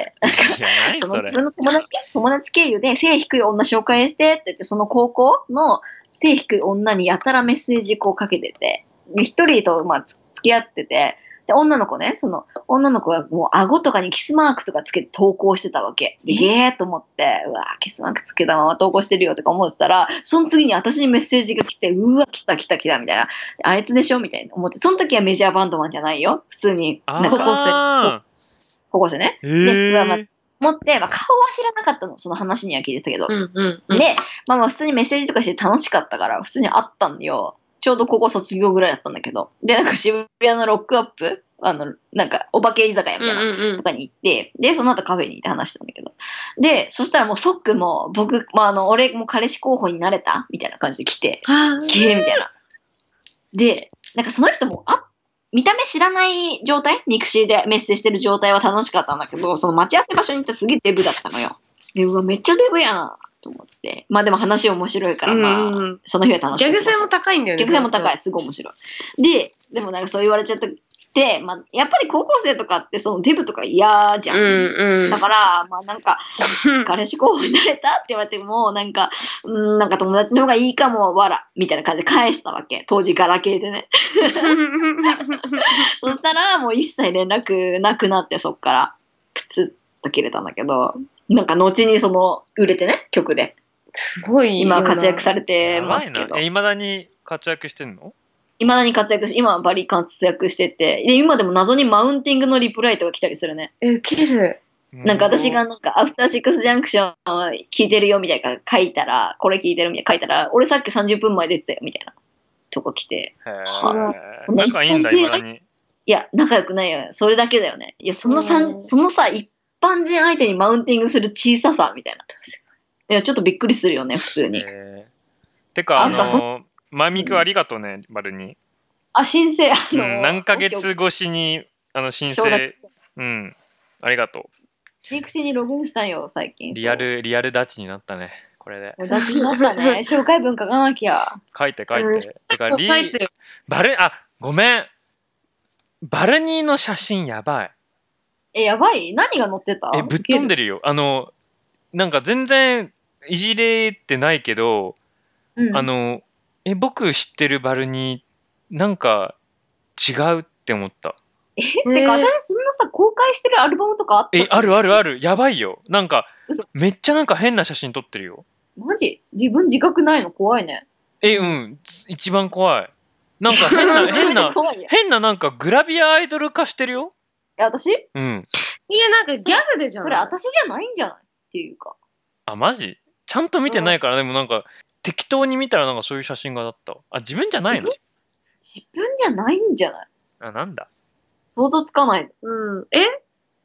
B: 何
A: そ
B: そ
A: の
B: れ
A: 自分の友達友達経由で背低い女紹介してって言って、その高校の背低い女にやたらメッセージこうかけてて、で一人と、まあ、つ付き合ってて、で、女の子ね、その、女の子はもう顎とかにキスマークとかつけて投稿してたわけ。で、えーと思って、うわーキスマークつけたまま投稿してるよとか思ってたら、その次に私にメッセージが来て、うわ、来た来た来たみたいな、あいつでしょみたいな思って、その時はメジャーバンドマンじゃないよ。普通に、な
B: あ
A: ん
B: ー
A: か高校生。高校生ね。
B: え
A: でまあ
B: ー、
A: 持って、まあ、顔は知らなかったの、その話には聞いてたけど。
C: うんうんうん。
A: で、まあまあ普通にメッセージとかして楽しかったから、普通に会ったんだよ。ちょうど高校卒業ぐらいだったんだけど。で、なんか渋谷のロックアップ、あの、なんかお化け居酒屋
C: う
A: み
C: ん
A: た
C: う
A: いな。
C: んうん
A: と。かに行って、で、その後カフェに行って話したんだけど。で、そしたらもう即もう僕、まあ、あの、俺もう彼氏候補になれたみたいな感じで来て、
C: あー
A: ゲーみたいな。で、なんかその人も、あ見た目知らない状態ミクシーでメッセージしてる状態は楽しかったんだけど、その待ち合わせ場所に行ったらすげえデブだったのよ。で、うわ、めっちゃデブやんと思って。まあでも話面白いから、
C: うん
A: まあ、
C: うんうん。
A: その日は楽し
C: ギ
A: い。
C: ャグ性も高いんだよね。
A: 逆性も高い、すごい面白い。で、でもなんかそう言われちゃって、でまあ、やっぱり高校生とかってそのデブとか嫌じゃ
C: うんうん
A: だ。から、まあなんか、彼氏候補になれたって言われても、なんか、うん、なんか友達の方がいいかも、わら、みたいな感じで返したわけ。当時、ガラケーでね。そしたら、もう一切連絡なくなって、そっから、プツッと切れたんだけど、なんか後にその、売れてね、曲で。
C: すごいよな。
A: 今活躍されて
B: や
A: ま
B: ば
A: す
B: い
A: け
B: な
A: ど。
B: えいまだに活躍してんの
A: いまだに活躍し、今はバリ活躍してて、で、今でも謎にマウンティングのリプライとか来たりするね。
C: え、ウケる。
A: なんか私がなんか、アフターシックスジャンクションを聞いてるよみたいな書いたら、これ聞いてるみたいな書いたら、俺さっき30分前出てたよみたいなとこ来て、
B: へ
A: は
B: ーなんかいいんだ
A: 日本
B: 今
A: 人
B: に
A: いや、仲良くないよ。それだけだよね。いや、その
C: う
A: 三
C: ん
A: そのさ、一般人相手にマウンティングする小ささみたいな。いや、ちょっとびっくりするよね、普通に。
B: えーてかあ
A: なんかそ
B: の前ミクありがとうねバルに
A: あ、申請、あ
B: う
A: の、
B: ん何ヶ
A: オッケ
B: 月
A: ー
B: 越しにあの申
A: 承
B: 請
A: 諾
B: うんありがと
A: ミクシーにログインしたんよ、最近。
B: うリアルリアルダチになったねこれで
A: そう。私になった ね。紹介文書かなきゃ。
B: 書いて書い
C: うん
B: ててか
C: 書
B: リ
C: いてる。
B: バルあごめんバルニーの写真やばい
A: え、やばい何が載ってた
B: えぶっ飛んでるよあのなんか全然いじれてないけど
A: うん
B: あのえ僕知ってるバルニーなんか違うって思った
A: てか
C: えー
A: 私そんなさ公開してるアルバムとかあった
B: えあるあるあ
A: る
B: るやばいよなんか
A: 嘘
B: めっちゃなんか変な写真撮ってるよ
A: マジ自分自覚ないの怖いね
B: えうん一番怖いなんか変 な 変な
A: 怖いやい
B: 変ななんかグラビアアイドル化してるよ
A: や私
B: うん
C: いや、なんかギャグでじゃん。
A: それ私じゃないんじゃないっていうか
B: あマジちゃんと見てないからでもなんか適当に見たらなんかそういう写真がだったあ自分じゃないの
A: 自分じゃないんじゃない
B: あなんだ
A: 想像つかない
C: うん。え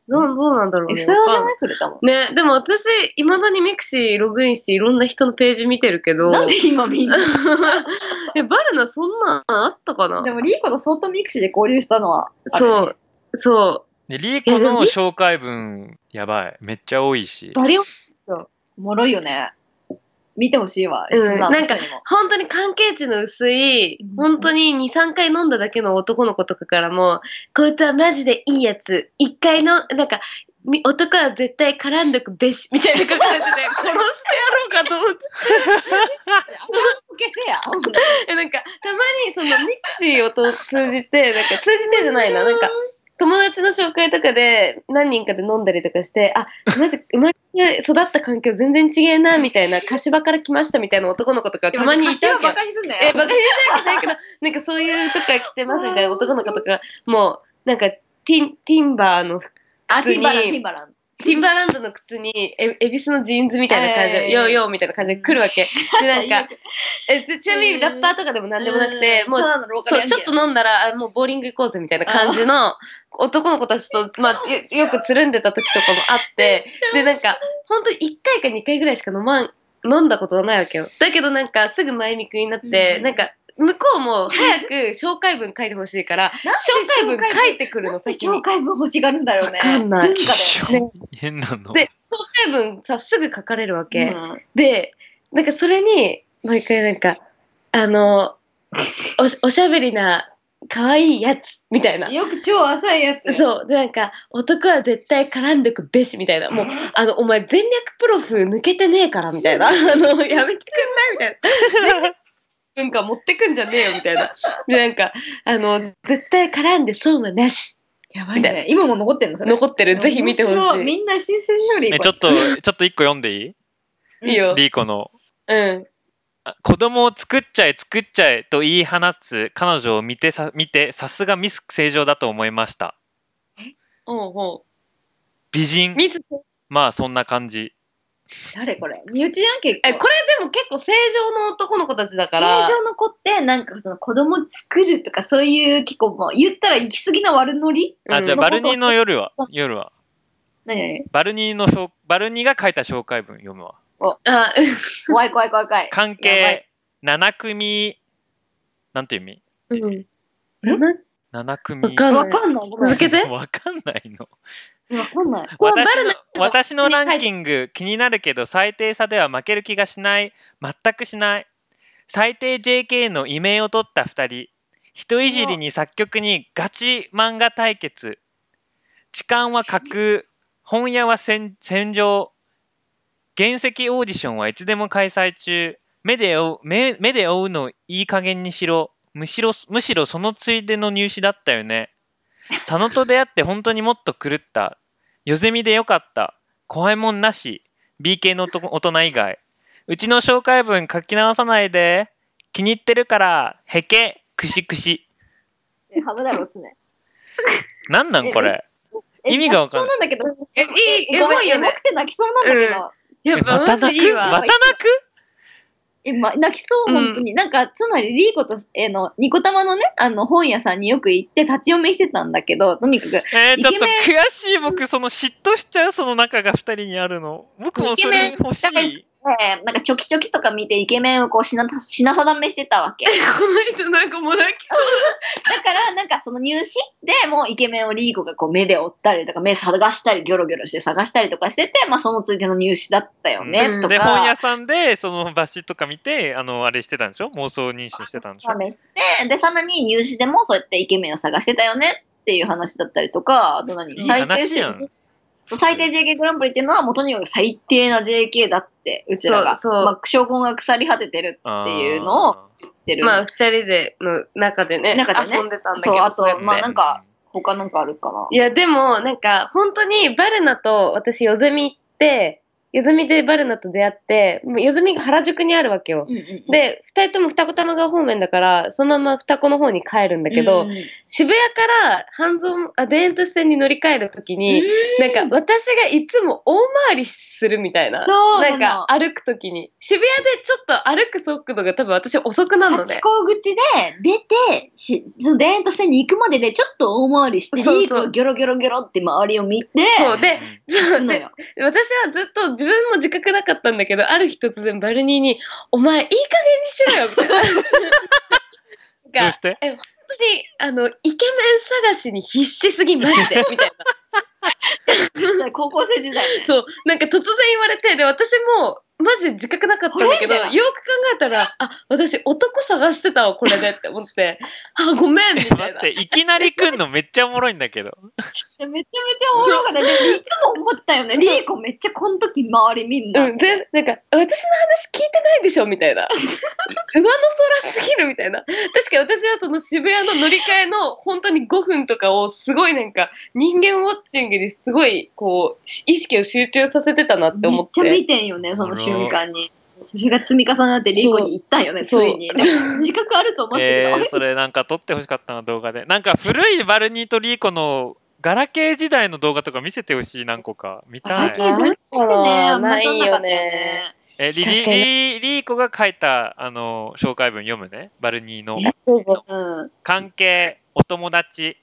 C: どうどうなんだろう
A: エ
C: ね。
A: クサじゃ
C: わかん
A: な
C: ない
A: いそれ多分
C: ね、でも私、いまだにミクシーログインしていろんな人のページ見てるけど、
A: なんで今みんな
C: え、バルナそんなんあったかな
A: でもリーコとソートミクシーで交流したのはあれ
C: そう、そ
B: でリーコの紹介文やばいめっちゃ多いし
C: う。バリオ
A: おもろいよね見てほしいわ
C: うん
A: リスナーの人にも
C: 本当に関係値の薄い
A: うん、
C: 本当に2、3回飲んだだけの男の子とかからも、こいつはマジでいいやつ。1回の、なんか、み男は絶対絡んどくべし、みたいな書かれ てて、殺してやろうかと思って。
A: あ ボケせや
C: えなんかたまにそのミクシーをと通じてなんか通じてじゃないななんか友達の紹介とかで何人かで飲んだりとかしてあマジ 生まれて育った環境全然違えなみたいな柏から来ましたみたいな男の子とかたまにいたわけ
A: バ
C: よ
A: カにすんなよ
C: えバカにしたわけないけどなんかそういうとか来てますみたいな男の子とかもうなんかティンティンバーの服
A: あティンバラン
C: 普通
A: ティ
C: に
A: ンバラン
C: ティンバーランドの靴に、え、恵比寿のジーンズみたいな感じ
A: え
C: で、
A: ー
C: ヨーヨーみたいな感じで来るわけ。で、なん か、えでちなみ
A: う
C: に
A: ん
C: ラッパーとかでもなんでもなくて、もう
A: た、だのローカル
C: そ
A: や
C: う、
A: ん
C: ちょっと飲んだら、あもうボーリング行こうぜみたいな感じの、男の子たちと、まあ、よよくつるんでた時とかもあ って、で、なんか、ほんと1回か2回ぐらいしか飲まん、飲んだことがないわけよ。だけどなんか、すぐ前見くになって、
A: うん
C: なんか、向こうも早く紹介文書いてほしい から、
A: なん
C: 紹
A: で
C: 介文書いてくるの、先に
A: 紹。介文欲しがるんだろうね。
C: わかんない
A: 文化だよね。
B: 変なの。
C: で紹介文さ、すぐ書かれるわけ。
A: うん
C: で、なんかそれに、毎回なんか、あの、おしおしゃべりな、可愛いやつ、みたいな。
A: よく超浅いやつ。
C: そう。で、なんか、男は絶対絡んでくべし、みたいな。もう、あの、お前全略プロフ抜けてねえから、みたい な。あの、やめてくんない、みたいな。文化持ってくんじゃねえよ、みたいな。で、なんか、あの、絶対絡んで損はなし。
A: やばいね。今も残ってんのそれ。
C: 残ってる。ぜひ見てほ
A: 面
C: し
A: 白
C: い。
A: みんな新鮮勝利。
B: えち ょっと、ちょっと一個読んでいい
C: いいよ。
B: リーコの。
C: うん。
B: あ子供を作っちゃえ作っちゃえと言い放つ彼女を見てさ見てさすがミス正常だと思いました
C: ほうほ
B: 美
C: う。
B: 人
C: 水
B: まあそんな感じ
A: 誰これ身内じゃん結構。
C: え、これでも結構正常の男の子たちだから。
A: 正常の子ってなんかその子供作るとかそういう結構もう言ったら行き過ぎな悪ノリ
B: あ
C: うん
B: じゃあバルニーの夜は夜は
A: 何何
B: バルニーのしょバルニーが書いた紹介文読むわ
C: あ、
A: 怖い怖い怖い怖い。
B: 関
A: やばい
B: 係7組なんていう意味
C: うん。
B: 7組
C: わかんない
A: わかんない。ごめん
C: 続けて。
B: わかんないの
A: わかんない。
C: これは
B: 私
C: バル
B: の
C: ナ
B: 私のランキング気になるけど最低差では負ける気がしない全くしない最低 JK の異名を取った2人人いじりに作曲にガチ漫画対決痴漢は架空本屋は戦戦場原石オーディションはいつでも開催中目で追う目目で追うのいい加減にしろむしろむしろそのついでの入試だったよね佐野と出会って本当にもっと狂ったよゼミでよかった怖いもんなし B 系の男大人以外うちの紹介文書き直さないで気に入ってるからへけくしくし
A: ハムだろうっすね。
B: なんなんこれ
A: え
B: 意味がわかん
A: 泣きそうなんだけど。
C: え、いい、
A: え
C: エ
A: ご
C: モ
A: めん
C: いよ
A: エモ
C: ね
A: く。て泣きそうなんだけど。
C: やっ
B: え
C: ぱ、
B: また
C: まず
B: 泣
C: いい
B: くま
C: わ。
B: た 泣く
A: え、ま、泣きそう、本当に。なんか、つまり、リーコと、えの、ニコ玉のね、あの、本屋さんによく行って立ち読みしてたんだけど、とにかく、
B: えー、ちょっ
A: イケ
B: と
A: メ
B: 悔しい僕その嫉妬しちゃうその仲が2人にあるの僕もそれ欲し
A: イケメン
B: い
A: えーなんか、ちょきちょきとか見て、イケメンをこう、品品定めしてたわ け。
C: この人なんかもう泣きそ
A: だから、なんかその入試でもうイケメンをリーコがこう目で追ったりとか、目探したり、ギョロギョロして探したりとかしてて、まあそのついでの入試だったよ
C: う
A: ね、
C: ん
A: とか。
B: で本屋さんでそのバシとか見てあのあれしてたんでしょ妄想妊娠してたんでしょ
A: 試して、で、さらに入試でもそうやってイケメンを探してたよねっていう話だったりとか、あと何
B: いい話やん
A: そう最低 JK グランプリっていうのはもうとにかく最低な JK だって、うちらが。
C: そうそう
A: まあ、証拠が腐り果ててるっていうのを
B: あー
A: 言って
C: う。
A: る。
C: まあ、二人での中でね、
A: 中でね
C: 遊んでたんだけ
A: そ
C: ど。
A: う、あ
C: そうやっ
A: と、
C: て
A: まあなんか、他なんかあるかな。
C: いや、でも、なんか、本当に、バルナと、私、ヨゼミ行って、ヨゼミでバルナと出会って、もうヨゼミが原宿にあるわけよ。
A: うんうんうん、
C: で、二人とも二子玉川方面だから、そのまま二子の方に帰るんだけど、
A: うんうん
C: 渋谷から半蔵、あ、田園都市線に乗り換えるときに、なんか私がいつも大回りするみたいな。
A: そう
C: な
A: なんの
C: か歩くときに。渋谷でちょっと歩く速度が多分私遅くなるのね
A: 八。甲口で出てしその田園都市線に行くまででちょっと大回りして
C: そうそう
A: リーコがギョロギョロギョロって周りを見て
C: そうで
B: ん
A: 行
C: そう
A: くの
C: で
A: よ
C: 私はずっと自分も自覚なかったんだけど、ある日突然バルニーに、お前いい加減にしろよみたいな。
B: どう
C: が
B: して
C: 本当にあのイケメン探しに必死すぎマジでみたいな
A: それ高校生時代ね
C: そうなんか突然言われてで私もマジで自覚なかったんだけど
A: これみ
C: よ
A: た
C: く
A: い
C: 考
A: な
C: えたらあ私男探してたわこれでって思ってあごめんみた
B: 待
C: い
B: っ
C: な
B: ていきなり来んのめっちゃおもろいんだけど
A: めちゃめちゃおもろかったでもいつも思ってたよねリーコめっちゃこの時周り見んな、
C: うん、でなんか私の話聞いてないでしょみた いな上の空すぎるみたいな確かに私はその渋谷の乗り換えの本当に5分とかをすごいなんか人間ウォッチングですごいこうし意識を集中させてたなって
A: め
C: 思
A: っ
C: っ
A: ちゃ
C: て
A: 見てんよねその瞬間にそれが積み重なってリーコに行ったんよねつ
C: そう
A: いにでも自覚あると思ってたけど、
B: えー、それなんか撮ってほしかったな動画でなんか古いバルニーとリーコのガラケー時代の動画とか見せてほしい、何個か。見た
A: 最
B: い
A: 近。だけしてね、あんま
C: な
A: り
C: い
A: 撮んなかった
C: よ
A: よね
C: ね。
B: え、リリ
C: 確かに
B: リリーコが書いた、あの、紹介文読むね。バルニーの。
A: うん。
B: 関係、お友達。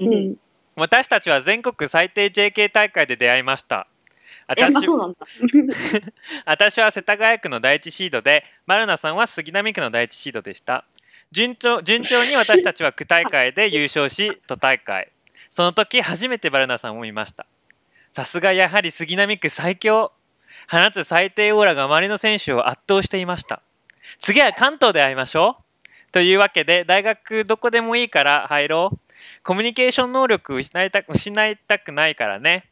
A: うん。え、
B: 私たちは全国最低 JK 大会で出会いました。
A: まあ
B: 私
A: そうなんだ。
B: 私は世田谷区の第一シードで、マルナさんは杉並区の第一シードでした。順調順調に私たちは区大会で優勝し、都大会。その時初めてバルナさんを見ました。さすがやはり杉並区最強。放つ最低オーラが周りの選手を圧倒していました。次は関東で会いましょう。というわけで、大学どこでもいいから入ろう。コミュニケーション能力を失いた失いたくないからね。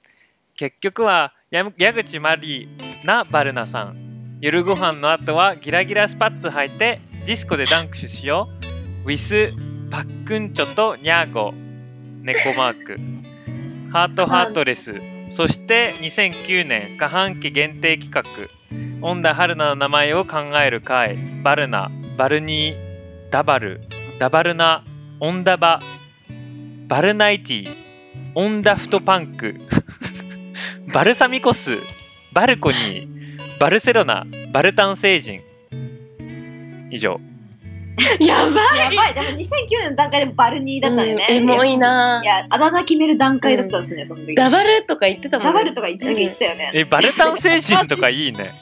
B: 結局はやむ矢口まりなバルナさん夜ご飯の後はギラギラスパッツ履いてディスコでダンクしようウィスパックンチョとニャーゴ猫マークハートハートレスそして2009年下半期限定企画恩田春菜の名前を考える会バルナバルニーダバルダバルナオンダババルナイティオンダフトパンク バルサミコス、バルコニー、バルセロナ、バルタン星人。以上。
C: やば
A: やばい。だから2009年の段階でもバルニーだったよね。
C: エモいな
A: や。いや、あだ名決める段階だったんですね、その時。
C: ダバルとか言ってたもん
A: ダバルとか一時期言ってたよね。
B: え、バルタン星人とかいいね。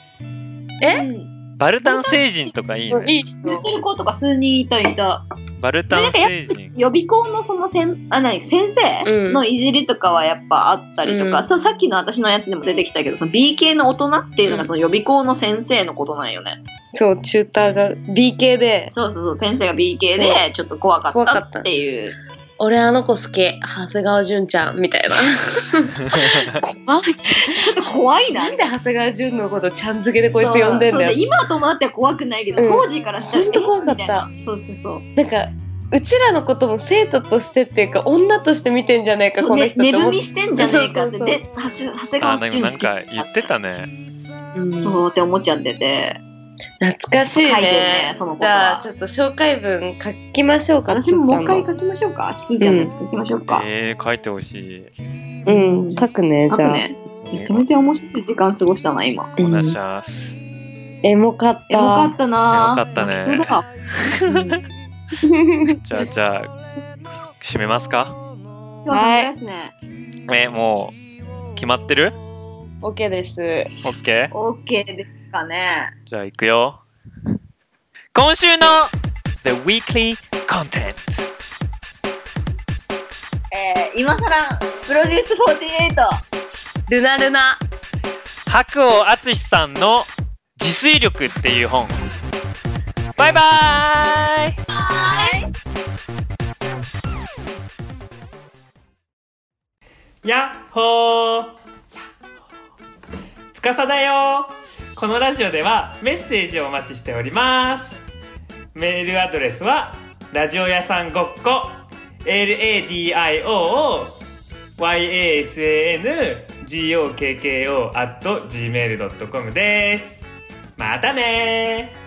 C: え
A: うん
B: バルタン星人とかいいね。
C: いいっし
A: 知っ
C: ょ
A: てる子とか数人いたいた。
B: バルタン星人。
A: 予備校のそのせんあ何先生
C: うん
A: のいじりとかはやっぱあったりとか、
C: うん
A: そうさっきの私のやつでも出てきたけどその B 系の大人っていうの
C: う
A: が
C: ん
A: その予備校の先生のことなんよね、
C: そう、チューターが B 系で、
A: そうそうそう先生が B 系でちょっと怖か
C: 怖か
A: っ
C: ったた
A: っていう
C: 俺あの子好き、長谷川純ちゃんみたいな。怖い。
A: ちょっと怖いな
C: なんで長谷川純のことちゃん付けでこいつ呼んでんだ
A: そうそう
C: よ。
A: 今ともなっては怖くないけど、
C: うん
A: 当時からしたら
C: ほんと怖かっ
A: え
C: た
A: みいなそうそうそう
C: なんか、うちらのことも生徒としてっていうか、女として見てんじゃねえか、
A: そう
C: この
A: ね
C: 人
A: 寝
C: と
A: 踏
C: 思っ
A: みしてんじゃねえかって
C: そうそう
A: で長谷長谷
B: あ、
A: 川
B: で
A: 純
B: もなん
A: 好き
B: か言ってたね。
C: うん
A: そうって思っちゃってて
C: 懐かしい
A: 書い
C: ね
A: てるねその子
C: じ
A: が
C: ゃあちょっと紹介文書きましょうか
A: 私ももう一回
C: つ
A: 書きましょうかつーちゃんのやつ書きましょうか、
B: えー、書いてほしい。
C: ーちゃんのうん書くね
A: 書
C: じ
A: く
C: ゃあ、
A: ねめちゃめちゃ面白い時間過ごしたな今
B: お
C: うん
B: 出します。
C: エモかった
A: エモかったなぁ。
B: エモかったね
A: そうだ。
C: うん
B: じゃあ、じゃあ、締めますか。
A: 今日はですね。
B: え、もう、決まってる
C: OK です
B: ?OK?
A: オッケーですかね。
B: じゃあ、行くよ。今週の The Weekly Content。
A: えー、今さら、プロデュース48。
C: ルナルナ
B: 白尾敦さんの「自炊力」っていう本バイバーイやっほーつかさだよこのラジオではメッセージをお待ちしておりますメールアドレスはラジオ屋さんごっこ LADIO yasanGOKKO.gmail.com です。またねー